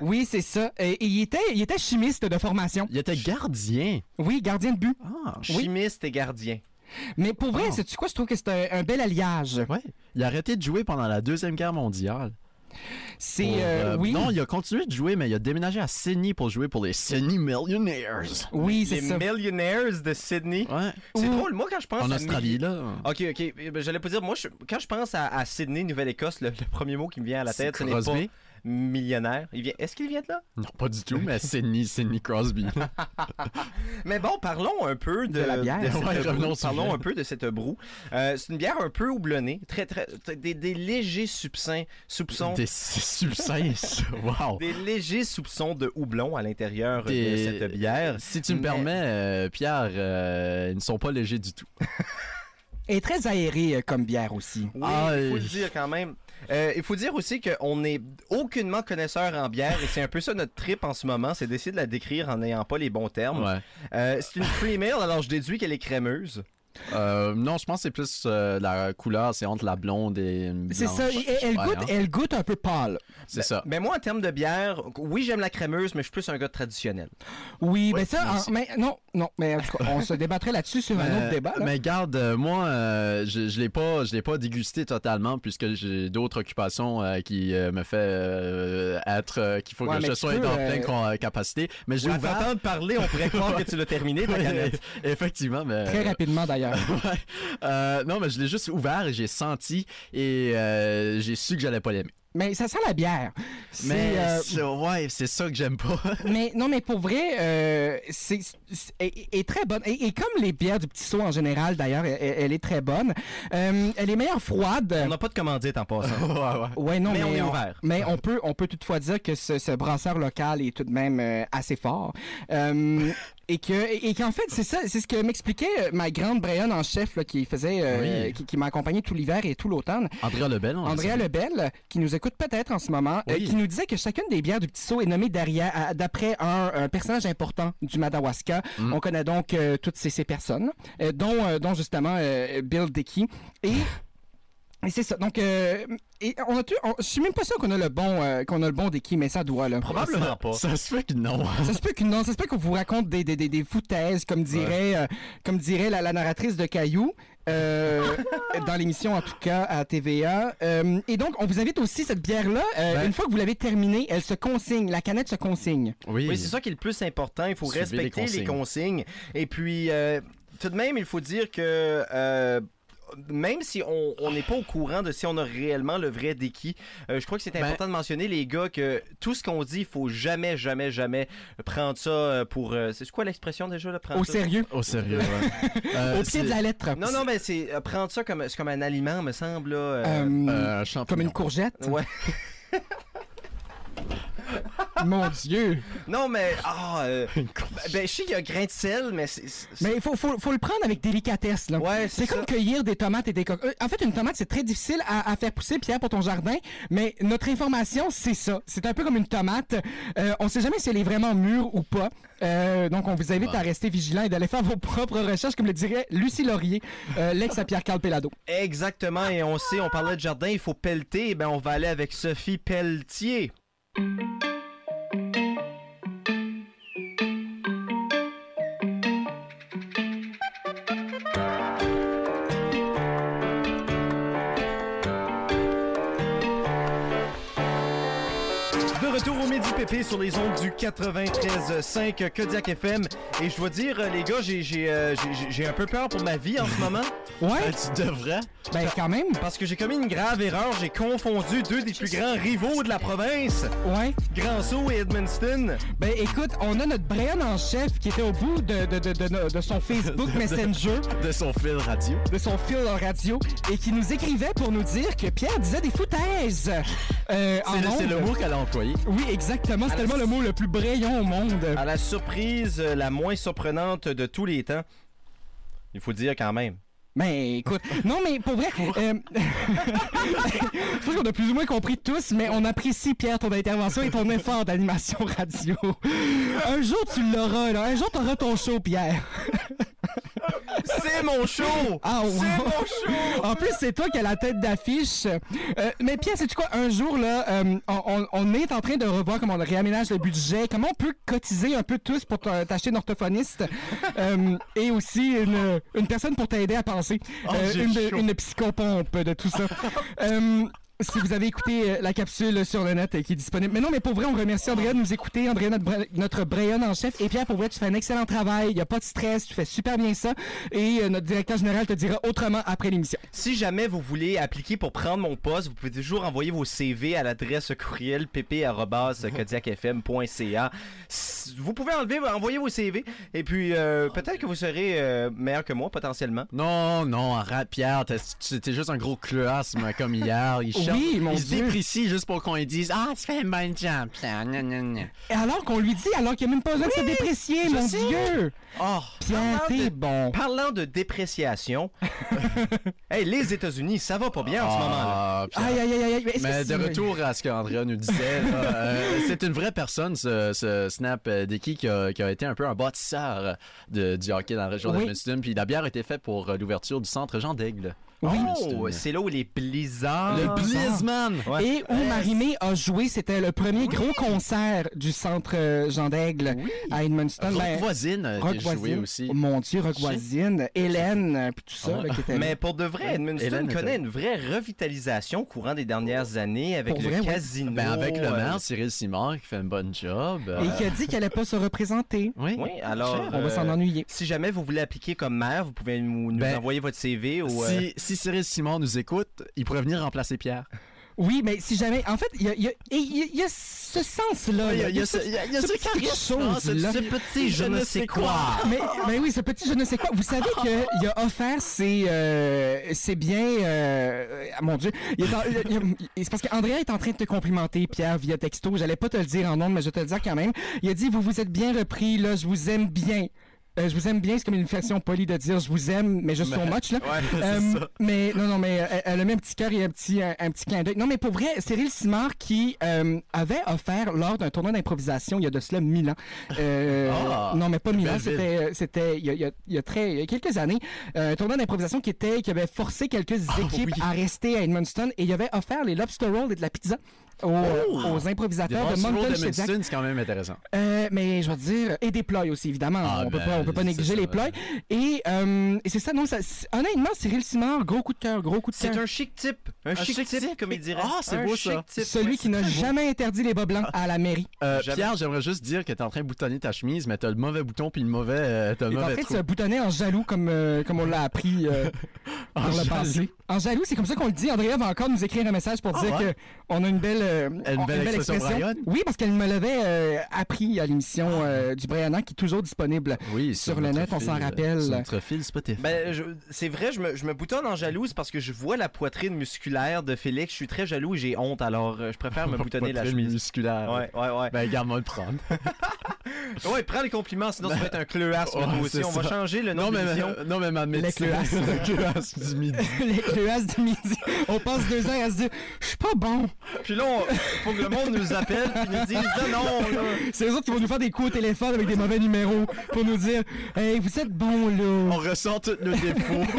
E: Oui, c'est ça. Et, et il, était, il était chimiste de formation.
D: Il était gardien.
E: Oui, gardien de but.
D: Ah, ch-
B: Chimiste et gardien.
E: Mais pour vrai,
D: Ah.
E: sais-tu quoi? Je trouve que c'est un, un bel alliage.
D: ouais. Il a arrêté de jouer pendant la Deuxième Guerre mondiale.
E: C'est.
D: Pour,
E: euh,
D: euh,
E: oui.
D: Non, il a continué de jouer, mais il a déménagé à Sydney pour jouer pour les Sydney Millionaires.
E: oui, c'est
B: Les
E: ça.
B: Millionaires de Sydney.
D: Ouais.
B: C'est
E: Ouh.
B: drôle, moi quand je pense
D: En
B: à
D: Australie, là.
B: Ok, ok. Eh ben, J'allais pas dire, moi, je- quand je pense à, à Sydney, Nouvelle-Écosse, le, le premier mot qui me vient à la
D: C'est
B: tête, ce n'est
D: Crosby?
B: pas millionnaire. Il vient... Est-ce qu'il vient de là?
D: Non, pas du tout, mais Sydney, Sydney Crosby.
B: Mais bon, parlons un peu de,
E: De la bière.
B: cette
D: Ouais,
B: broue.
D: revenons au sujet.
B: Parlons un peu de cette broue. Euh, c'est une bière un peu houblonnée, très, très, très- des, des légers soupçons, soupçons
D: Des substances. Wow.
B: des légers soupçons de houblon à l'intérieur de
D: Des-
B: cette bière.
D: Si tu me
B: Mais-
D: permets, euh, Pierre, euh, ils ne sont pas légers du tout.
E: Et très aéré euh, comme bière aussi.
B: Oui,
D: Ah,
B: il faut
D: euh,
B: le dire quand même. Euh, il faut dire aussi qu'on n'est aucunement connaisseur en bière et c'est un peu ça notre trip en ce moment, c'est d'essayer de la décrire en n'ayant pas les bons termes.
D: Ouais.
B: Euh, c'est une cream ale, alors je déduis qu'elle est crémeuse.
D: Euh, non, je pense que c'est plus euh, la couleur, c'est entre la blonde et une
E: C'est
D: blanche.
E: ça. et- et- elle,
D: Ouais,
E: goûte,
D: hein.
E: elle goûte un peu pâle.
D: C'est ça.
B: Mais Ben, moi, en termes de bière, oui, j'aime la crémeuse, mais je suis plus un gars traditionnel.
E: Oui,
D: Oui,
E: mais ça.
D: moi
E: en-
D: aussi. Euh,
E: mais, non, non. Mais en tout cas, on se débattrait là-dessus sur un
D: Mais-
E: autre débat. là.
D: Mais garde, euh, moi, euh, je, je l'ai pas, je l'ai pas dégusté totalement puisque j'ai d'autres occupations euh, qui euh, me fait euh, être, euh, qu'il faut
E: Ouais,
D: que
E: mais
D: je
E: tu
D: sois
E: peux,
D: en
E: euh,
D: pleine con- capacité. Mais j'ai
B: À
D: ouvert.
B: t'entendre parler, on pourrait croire que tu l'as terminé, ta canette.
D: Effectivement, mais euh,
E: Très rapidement d'ailleurs.
D: Ouais. Euh, non, mais je l'ai juste ouvert et j'ai senti et euh, j'ai su que j'allais pas l'aimer.
E: Mais ça sent la bière. C'est,
D: Mais
E: euh,
D: c'est- ouais, c'est ça que j'aime pas.
E: Mais non, mais pour vrai, euh, c'est c'est- est est très bonne. Et, et comme les bières du petit saut en général, d'ailleurs, elle, elle est très bonne. Euh, elle est meilleure
B: On
E: froide.
B: n'a pas de commandite en passant.
D: ouais, ouais.
E: Ouais, non,
B: mais,
E: mais,
B: on est ouvert.
E: mais on peut, on peut toutefois dire que ce, ce brasseur local est tout de même euh, assez fort. Euh, et que, et, et qu'en fait, c'est ça, c'est ce que m'expliquait euh, ma grande Brayonne en chef là, qui faisait, euh,
D: Oui.
E: qui, qui m'a accompagné tout l'hiver et tout l'automne.
D: Andrea Lebel, on
E: Andrea Lebel, qui nous écoute peut-être en ce moment,
D: Oui.
E: euh, qui nous disait que chacune des bières du petit saut est nommée derrière- à- d'après un, un personnage important du Madawaska. On connaît donc euh, toutes ces, ces personnes, euh, dont, euh, dont justement euh, Bill Dickey. Et, et c'est ça. Donc, euh, et on a tu, on- je suis même pas sûr qu'on a le bon, euh, qu'on a le bon Dickey, mais ça doit là.
B: Probablement pas.
D: Ça se fait que non.
E: Ça se peut que non, ça se peut qu'on vous raconte des, des, des, des foutaises, comme dirait, euh, comme dirait la, la narratrice de Caillou. euh, dans l'émission en tout cas à TVA. Euh, et donc on vous invite aussi cette bière-là. euh,
D: Ouais.
E: Une fois que vous l'avez terminée, elle se consigne, la canette se consigne.
B: Oui, c'est ça qui est le plus important. Il faut
D: Suivez les
B: respecter les consignes.
D: consignes.
B: Et puis, euh, tout de même, il faut dire que. euh, même si on on n'est pas au courant de si on a réellement le vrai Deki, euh, je crois que c'est
D: Ben-
B: important de mentionner, les gars, que tout ce qu'on dit, il faut jamais, jamais, jamais prendre ça euh, pour. euh, c'est quoi l'expression déjà, le prendre
E: Au
B: Ah, ça-
E: sérieux,
D: Au sérieux, ouais. Euh,
E: au pied
D: c'est-
E: de la lettre.
B: Non, non, mais c'est euh, prendre ça comme, c'est comme un aliment, me semble. là, euh,
E: Euh,
D: Euh, un
E: Comme
D: champignon.
E: une courgette.
B: Ouais.
E: Mon Dieu.
B: Non, mais. ah, euh, ben, je sais qu'il y a un grain de sel, mais c'est. c'est-
E: Mais il faut, faut, faut le prendre avec délicatesse. Là.
B: Ouais, c'est
E: c'est
B: ça.
E: comme cueillir des tomates et des coques. Euh, En fait, une tomate, c'est très difficile à, à faire pousser, Pierre, pour ton jardin. Mais notre information, c'est ça. C'est un peu comme une tomate. Euh, on sait jamais si elle est vraiment mûre ou pas. Euh, donc, on vous invite à rester vigilant et d'aller faire vos propres recherches, comme le dirait Lucie Laurier, euh, l'ex à Pierre-Carl Pelado.
B: Exactement, et on sait, on parlait de jardin, il faut pelleter, et ben on va aller avec Sophie Pelletier. De retour au Midi Pépé sur les ondes du 93.5 Kodiak FM. Et je dois dire, les gars, j'ai- j'ai euh, j'ai- j'ai- j'ai un peu peur pour ma vie en ce moment.
D: Euh,
E: Ouais,
D: tu devrais.
E: ben quand même.
B: Parce que j'ai commis une grave erreur, j'ai confondu deux des plus grands rivaux de la province,
E: Ouais.
B: Grand Sceau et Edmundston.
E: Ben écoute, on a notre Brian en chef qui était au bout de, de, de, de, de son Facebook Messenger.
D: De son fil radio.
E: de son fil en radio et qui nous écrivait pour nous dire que Pierre disait des foutaises euh, en
B: Ah
D: C'est le, c'est le
E: ondes.
D: mot qu'elle a employé.
E: Oui, exactement. C'est tellement le mot le plus brayon au monde.
B: À la surprise euh, la moins surprenante de tous les temps. Il faut dire quand même.
E: Mais Ben, écoute, non mais pour vrai, euh, je pense qu'on a plus ou moins compris tous, mais on apprécie Pierre ton intervention et ton effort d'animation radio. Un jour tu l'auras, là. un jour t'auras ton show Pierre.
B: C'est C'est mon show!
E: Ah, ouais.
B: C'est mon show!
E: En plus, c'est toi qui as la tête d'affiche. Euh, mais Pierre, sais-tu quoi? Un jour, là, euh, on, on- on est en train de revoir comment on réaménage le budget, comment on peut cotiser un peu tous pour t- t'acheter une orthophoniste euh, et aussi une, une personne pour t'aider à penser. Euh,
B: Oh, j'ai
E: une, de-
B: chaud.
E: une psychopompe de tout ça. Euh, si vous avez écouté euh, la capsule sur le net euh, qui est disponible. Mais non, mais pour vrai, on remercie Andrea de nous écouter. Andrea, notre, Bra- notre Brian en chef. Et Pierre, pour vrai, tu fais un excellent travail. Il n'y a pas de stress. Tu fais super bien ça. Et euh, notre directeur général te dira autrement après l'émission.
B: Si jamais vous voulez appliquer pour prendre mon poste, vous pouvez toujours envoyer vos CV à l'adresse courriel pp.kodiakfm.ca. S- Vous pouvez enlever, envoyer vos CV et puis euh, peut-être que vous serez euh, meilleur que moi potentiellement.
D: Non, non, arrête, Pierre, t'es- t'es t'es juste un gros cleuasme comme hier. Il, cherche-
E: Oui, mon
D: il se
E: Dieu.
D: déprécie juste pour qu'on lui dise Ah, tu fais un bon job, Pierre. gna, gna, gna.
E: Et alors qu'on lui dit, alors qu'il n'y a même pas besoin de se déprécier, mon
D: sais.
E: Dieu!
D: Oh,
E: Pierre,
B: Ah,
E: t'es
B: merde.
E: bon.
B: Parlant de dépréciation, hey, les États-Unis, ça va pas bien en ce moment-là.
D: Ah, Pierre.
E: Aïe, aïe, aïe, aïe, aïe. est-ce que
D: Mais de
E: c'est-
D: retour à ce qu'Andrea nous disait, là, euh, c'est une vraie personne, ce, ce Snap euh, Dicky, qui a, qui a été un peu un bâtisseur de, du hockey dans la région
E: Oui.
D: d'Edmundston. Puis la bière a été faite pour euh, l'ouverture du centre Jean d'Aigle.
E: Oui.
B: Oh,
D: Edmundston.
B: c'est là où les blizzards.
D: le Blizzman!
B: Ouais.
E: Et où Marimé a joué, c'était le premier gros concert du centre euh, Jean d'Aigle à Edmundston.
D: Rock
E: Ben,
D: voisine euh, a
E: Rock
D: été joué
E: voisine.
D: aussi.
E: Oh, Mon Dieu, Rock voisine, Hélène, euh, puis tout ça,
D: Ah.
E: là, qui était là.
B: Mais pour de vrai, Edmundston
D: Hélène était-
B: connaît une vraie revitalisation au courant des dernières années avec
E: Pour
B: le
E: vrai, oui.
B: casino.
D: Ben, avec le
B: euh,
D: maire, Cyril Simard, qui fait un bon job. euh,
E: Et qui a dit qu'elle allait pas se représenter.
D: oui.
B: Oui, alors.
E: On va
B: euh,
E: s'en ennuyer.
B: Si jamais vous voulez appliquer comme maire, vous pouvez nous, nous
D: Ben,
B: envoyer votre CV ou. euh,
D: Si, hein. si Cyril Simard nous écoute, il pourrait venir remplacer Pierre.
E: Oui, mais si jamais... En fait, il y a, il y a- et il y a- il y a ce sens-là. là. ce
D: ce,
E: petit chose-là.
D: petit je ne sais quoi.
E: Mais, mais oui, ce petit je ne sais quoi. Vous savez qu'il a offert ses, euh, ses biens. euh, ah, mon Dieu. Il est en- il- il- il- c'est parce qu'Andrea est en train de te complimenter, Pierre, via texto. J'allais pas te le dire en nombre, mais je vais te le dire quand même. Il a dit Vous vous êtes bien repris, là, je vous aime bien. Euh, je vous aime bien, c'est comme une façon polie de dire je vous aime, mais juste so much, là. Euh, mais non, non, mais euh, elle a mis un petit cœur et un petit, un, un petit clin d'œil. Non, mais pour vrai, Cyril Simard qui euh, avait offert lors d'un tournoi d'improvisation il y a de cela mille ans. euh,
D: Ah,
E: non, mais pas mille ans,
D: belle ville.
E: c'était, euh, c'était il y a, il y a- il y a très, il y a quelques années, euh, un tournoi d'improvisation qui était qui avait forcé quelques équipes
D: Ah oui.
E: à rester à Edmundston et il avait offert les lobster rolls et de la pizza. Aux, aux
D: Oh! Des
E: improvisateurs de
D: bons solos
E: Moncton,
D: de
E: chez Jack.
D: Munson, c'est quand même intéressant.
E: Euh, mais je vais te dire, et des ploys aussi, évidemment.
D: Ah,
E: on, peut
D: ben,
E: pas, on peut pas
D: c'est
E: négliger
D: ça,
E: les
D: ouais.
E: ploys. Et, euh, et c'est ça, non, ça, c'est- honnêtement, Cyril Simard, gros coup de cœur, gros coup de
B: C'est
E: cœur.
B: un chic type. Un, chic, type, comme il dirait.
D: Ah, c'est
B: Un
D: beau,
B: chic
D: ça.
B: type.
E: Celui
B: Ouais,
E: qui n'a
B: c'est très Ah. beau.
E: jamais interdit les bas blancs à la mairie.
D: Euh,
B: Jamais.
D: Pierre, j'aimerais juste dire que t'es en train de boutonner ta chemise, mais t'as le mauvais bouton puis le mauvais, euh, t'as le
E: Il est en
D: mauvais
E: train de
D: trou.
E: se boutonner en jaloux, comme, euh, comme on l'a appris euh,
D: En
E: par le
D: jaloux.
E: passé. En jaloux, c'est comme ça qu'on le dit. Andrea va encore nous écrire un message pour
D: Ah
E: dire
D: ouais?
E: qu'on a une belle, euh, on-
D: belle expression Brian?
E: Oui, parce qu'elle me l'avait euh, appris à l'émission euh, du Brianan, qui est toujours disponible.
D: Oui,
E: Sur le
D: notre
E: net, on s'en
D: fil, euh,
E: rappelle.
D: Sur notre fil Spotify.
B: Ben, je- c'est vrai, je me, je me boutonne en jalouse parce que je vois la poitrine musculaire de Félix. Je suis très jaloux et j'ai honte, alors euh, je préfère me boutonner la
D: Poitrine
B: chemise.
D: musculaire.
B: Ouais, ouais, ouais.
D: Ben, garde-moi le prendre.
B: Ouais, prends les compliments, sinon ça va être un cleuasme
D: Ouais,
B: toi aussi.
D: c'est
B: On va
D: ça.
B: changer le nom
D: Non,
B: de
D: mais, euh,
B: l'émission.
D: non, mais ma médecine.
E: classes.
D: Le classes du midi.
E: Les classes de midi. On passe deux heures à se dire Je suis pas bon.
B: Puis là, on- faut que le monde nous appelle puis nous dise non, non, là.
E: C'est eux autres qui vont nous faire des coups au téléphone avec des mauvais numéros pour nous dire Hey, vous êtes bon là.
D: On ressent tout le défaut.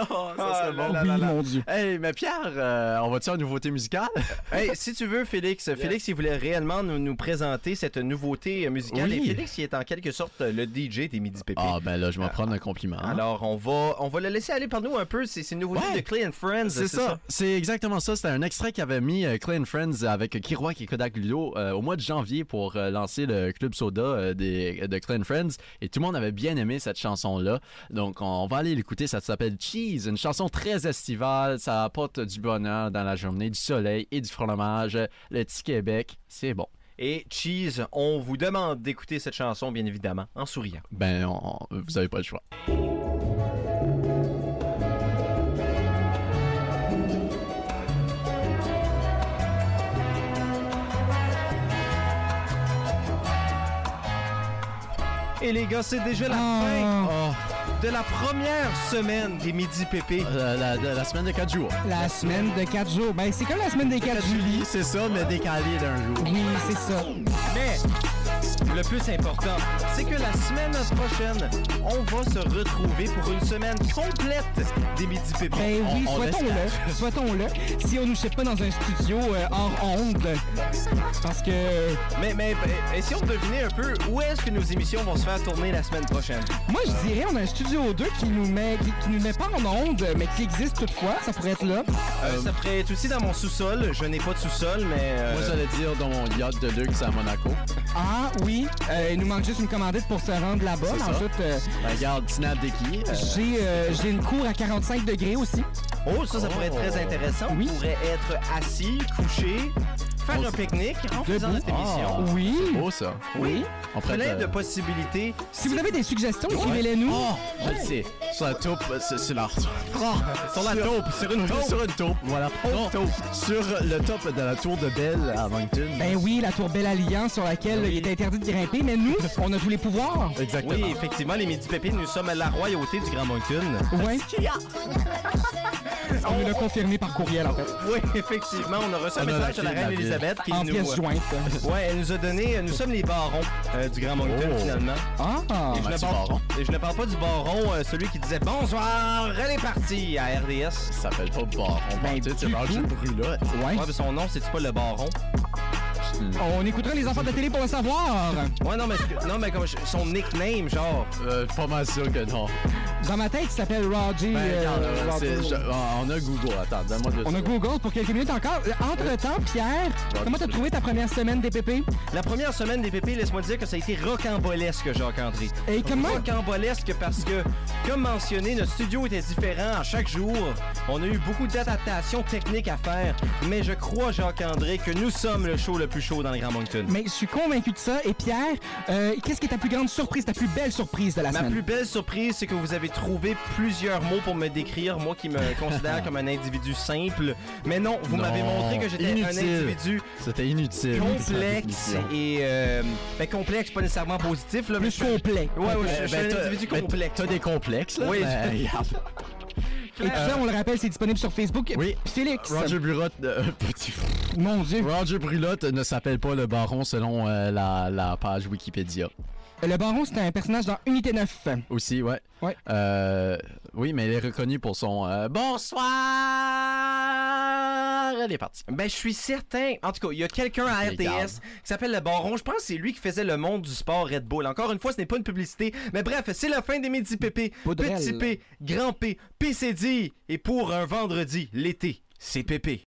D: oh, ça serait
B: Ah,
D: bon.
B: là,
E: oui,
B: là, là.
E: mon Dieu.
D: Hey, mais Pierre, euh, on va-tu en nouveauté musicale?
B: Hey, si tu veux, Félix, Félix, il voulait réellement nous, nous présenter cette nouveauté euh, musicale.
D: Oui.
B: Et Félix, il est en quelque sorte euh, le DJ des Midi Pépé.
D: Ah, ben là, je vais m'en prendre un compliment.
B: Alors, on va, on va le laisser aller par nous un peu. C'est c'est une nouveauté
D: Ouais.
B: de Clay and Friends.
D: C'est ça, c'est exactement ça. C'était un extrait qu'avait mis euh, Clay and Friends avec Kiroak et Kodak Ludo euh, au mois de janvier pour euh, lancer le club soda euh, des, de Clay and Friends. Et tout le monde avait bien aimé cette chanson-là. Donc, on, on va aller l'écouter. Ça s'appelle Cheese, une chanson très estivale. Ça apporte du bonheur dans la journée, du soleil et du fromage. Le petit Québec, c'est bon.
B: Et Cheese, on vous demande d'écouter cette chanson, bien évidemment, en souriant.
D: Ben, on- on- vous avez pas le choix.
B: Et les gars, c'est déjà la
E: Ah.
B: fin oh, de la première semaine des Midi Pépé.
D: Euh, la, la- la semaine de 4 jours.
E: La semaine de 4 jours. Ben, c'est comme la semaine des 4 juillet.
D: c'est ça, mais décalé d'un jour.
E: Oui, c'est ça.
B: Mais le plus important, c'est que la semaine prochaine, on va se retrouver pour une semaine complète des Midi Pépés.
E: Ben oui,
B: On- on espère.
E: souhaitons-le. Souhaitons-le. Si on nous chèpe pas dans un studio euh, hors onde. Parce que. euh,
B: Mais, mais ben, essayons de deviner un peu où est-ce que nos émissions vont se faire tourner la semaine prochaine.
E: Moi, je dirais, on a un studio 2 qui nous met, qui, qui nous met pas en onde, mais qui existe toutefois. Ça pourrait être là.
B: Euh, ça pourrait être aussi dans mon sous-sol. Je n'ai pas de sous-sol, mais... euh,
D: Moi, j'allais dire dans mon yacht de luxe à Monaco.
E: Ah oui, euh, il nous manque juste une commandite pour se rendre là-bas.
D: C'est
E: mais
D: ça.
E: Ensuite, euh,
D: Ben, regarde, Snap Deki. euh,
E: j'ai euh, j'ai une cour à 45 degrés aussi.
B: Oh, ça, ça pourrait être très intéressant.
E: Oui.
B: On pourrait être assis, couché, faire un pique-nique en faisant notre
D: Ah.
B: émission.
E: Oui.
D: C'est beau, ça.
B: Oui.
D: On pourrait
B: Plein
D: être,
B: de
D: euh,
B: possibilités.
E: Si vous avez des suggestions,
D: Ouais.
E: écrivez-les-nous.
D: Oh, je le sais. Sur la taupe, euh, c'est c'est leur Sur la taupe, sur une taupe. Sur une taupe, voilà. Non, Sur le top de la tour de Belle à Moncton.
E: Ben oui, la tour Belle Alliance sur laquelle il est interdit de grimper, mais nous, on a tous les pouvoirs.
D: Exactement.
B: Oui, effectivement, les Midi Pépés, nous sommes la royauté du Grand Moncton.
E: Ouais. On nous l'a confirmé par courriel, en fait.
B: Oui, effectivement, on a reçu un
D: On a
B: message de la
D: la
B: reine
D: ville.
B: Elisabeth qui
E: En
B: nous... euh,
E: pièce jointe.
B: Ouais, elle nous a donné... euh, Nous sommes les barons euh, du Grand Moncton,
D: Oh.
B: finalement.
E: Ah!
B: Je ne,
D: Mathieu
B: parle,
D: Baron.
B: et je ne parle pas du baron, euh, celui qui disait « Bonsoir, elle est partie » à RDS.
D: Ça s'appelle pas Baron.
E: Ben,
D: tu sais, tu
E: du
D: parles juste
E: tout.
D: brûlotte.
E: Ouais.
B: Ouais, mais son nom, c'est-tu pas le baron?
E: On écoutera les enfants de la télé pour le savoir.
B: Ouais, non, mais, non, mais comme son nickname, genre...
D: Euh, pas mal sûr que non.
E: Dans ma tête, il s'appelle Roger.
D: Ben,
E: euh,
D: regarde, euh,
E: Roger.
D: c'est- je- ah, on a Google. Attends, donne-moi deux
E: On a
D: secondes.
E: Google pour quelques minutes encore. Euh, Entre-temps, Pierre, comment t'as trouvé ta première semaine DPP?
B: La première semaine des pépés, laisse-moi dire que ça a été rocambolesque, Jacques-André.
E: Et comment-
B: Rocambolesque parce que, comme mentionné, notre studio était différent à chaque jour. On a eu beaucoup d'adaptations techniques à faire, mais je crois, Jacques-André, que nous sommes le show le plus chaud dans le Grand Moncton.
E: Mais je suis convaincu de ça. Et Pierre, euh, qu'est-ce qui est ta plus grande surprise, ta plus belle surprise de la
B: Ma
E: semaine?
B: plus belle surprise, c'est que vous avez trouvé plusieurs mots pour me décrire, moi qui me considère comme un individu simple. Mais non, vous m'avez
D: Non,
B: montré que j'étais un
D: Oh, inutile.
B: individu
D: C'était inutile.
B: complexe et... euh, ben, complexe, pas nécessairement positif, là, mais
E: Plus
B: je-
E: complet.
B: Ouais, ouais, je-
D: Euh,
B: je suis
D: ben,
B: un
D: t'as-
B: individu
D: ben,
B: complexe.
D: T'as des complexes, là?
B: Oui,
D: ben, regarde.
E: Et tout ça, on le rappelle, c'est disponible sur Facebook.
D: Oui.
E: Félix.
D: Roger Brulotte, euh, petit-
E: Mon Dieu.
D: Roger Brulotte ne s'appelle pas le baron selon euh, la, la page Wikipédia.
E: Euh, Le baron, c'est un personnage dans Unité 9.
D: Aussi, ouais.
E: Ouais.
D: Euh, oui, mais elle est reconnue pour son euh, Bonsoir! Elle est partie.
B: Ben, je suis certain. En tout cas, il y a quelqu'un à RTS
D: Regarde.
B: qui s'appelle Le Baron. Je pense que c'est lui qui faisait le monde du sport Red Bull. Encore une fois, ce n'est pas une publicité. Mais bref, c'est la fin des midi PP.
E: Poudrelle.
B: Petit P, Grand P, PCD. Et pour un vendredi, l'été, c'est PP.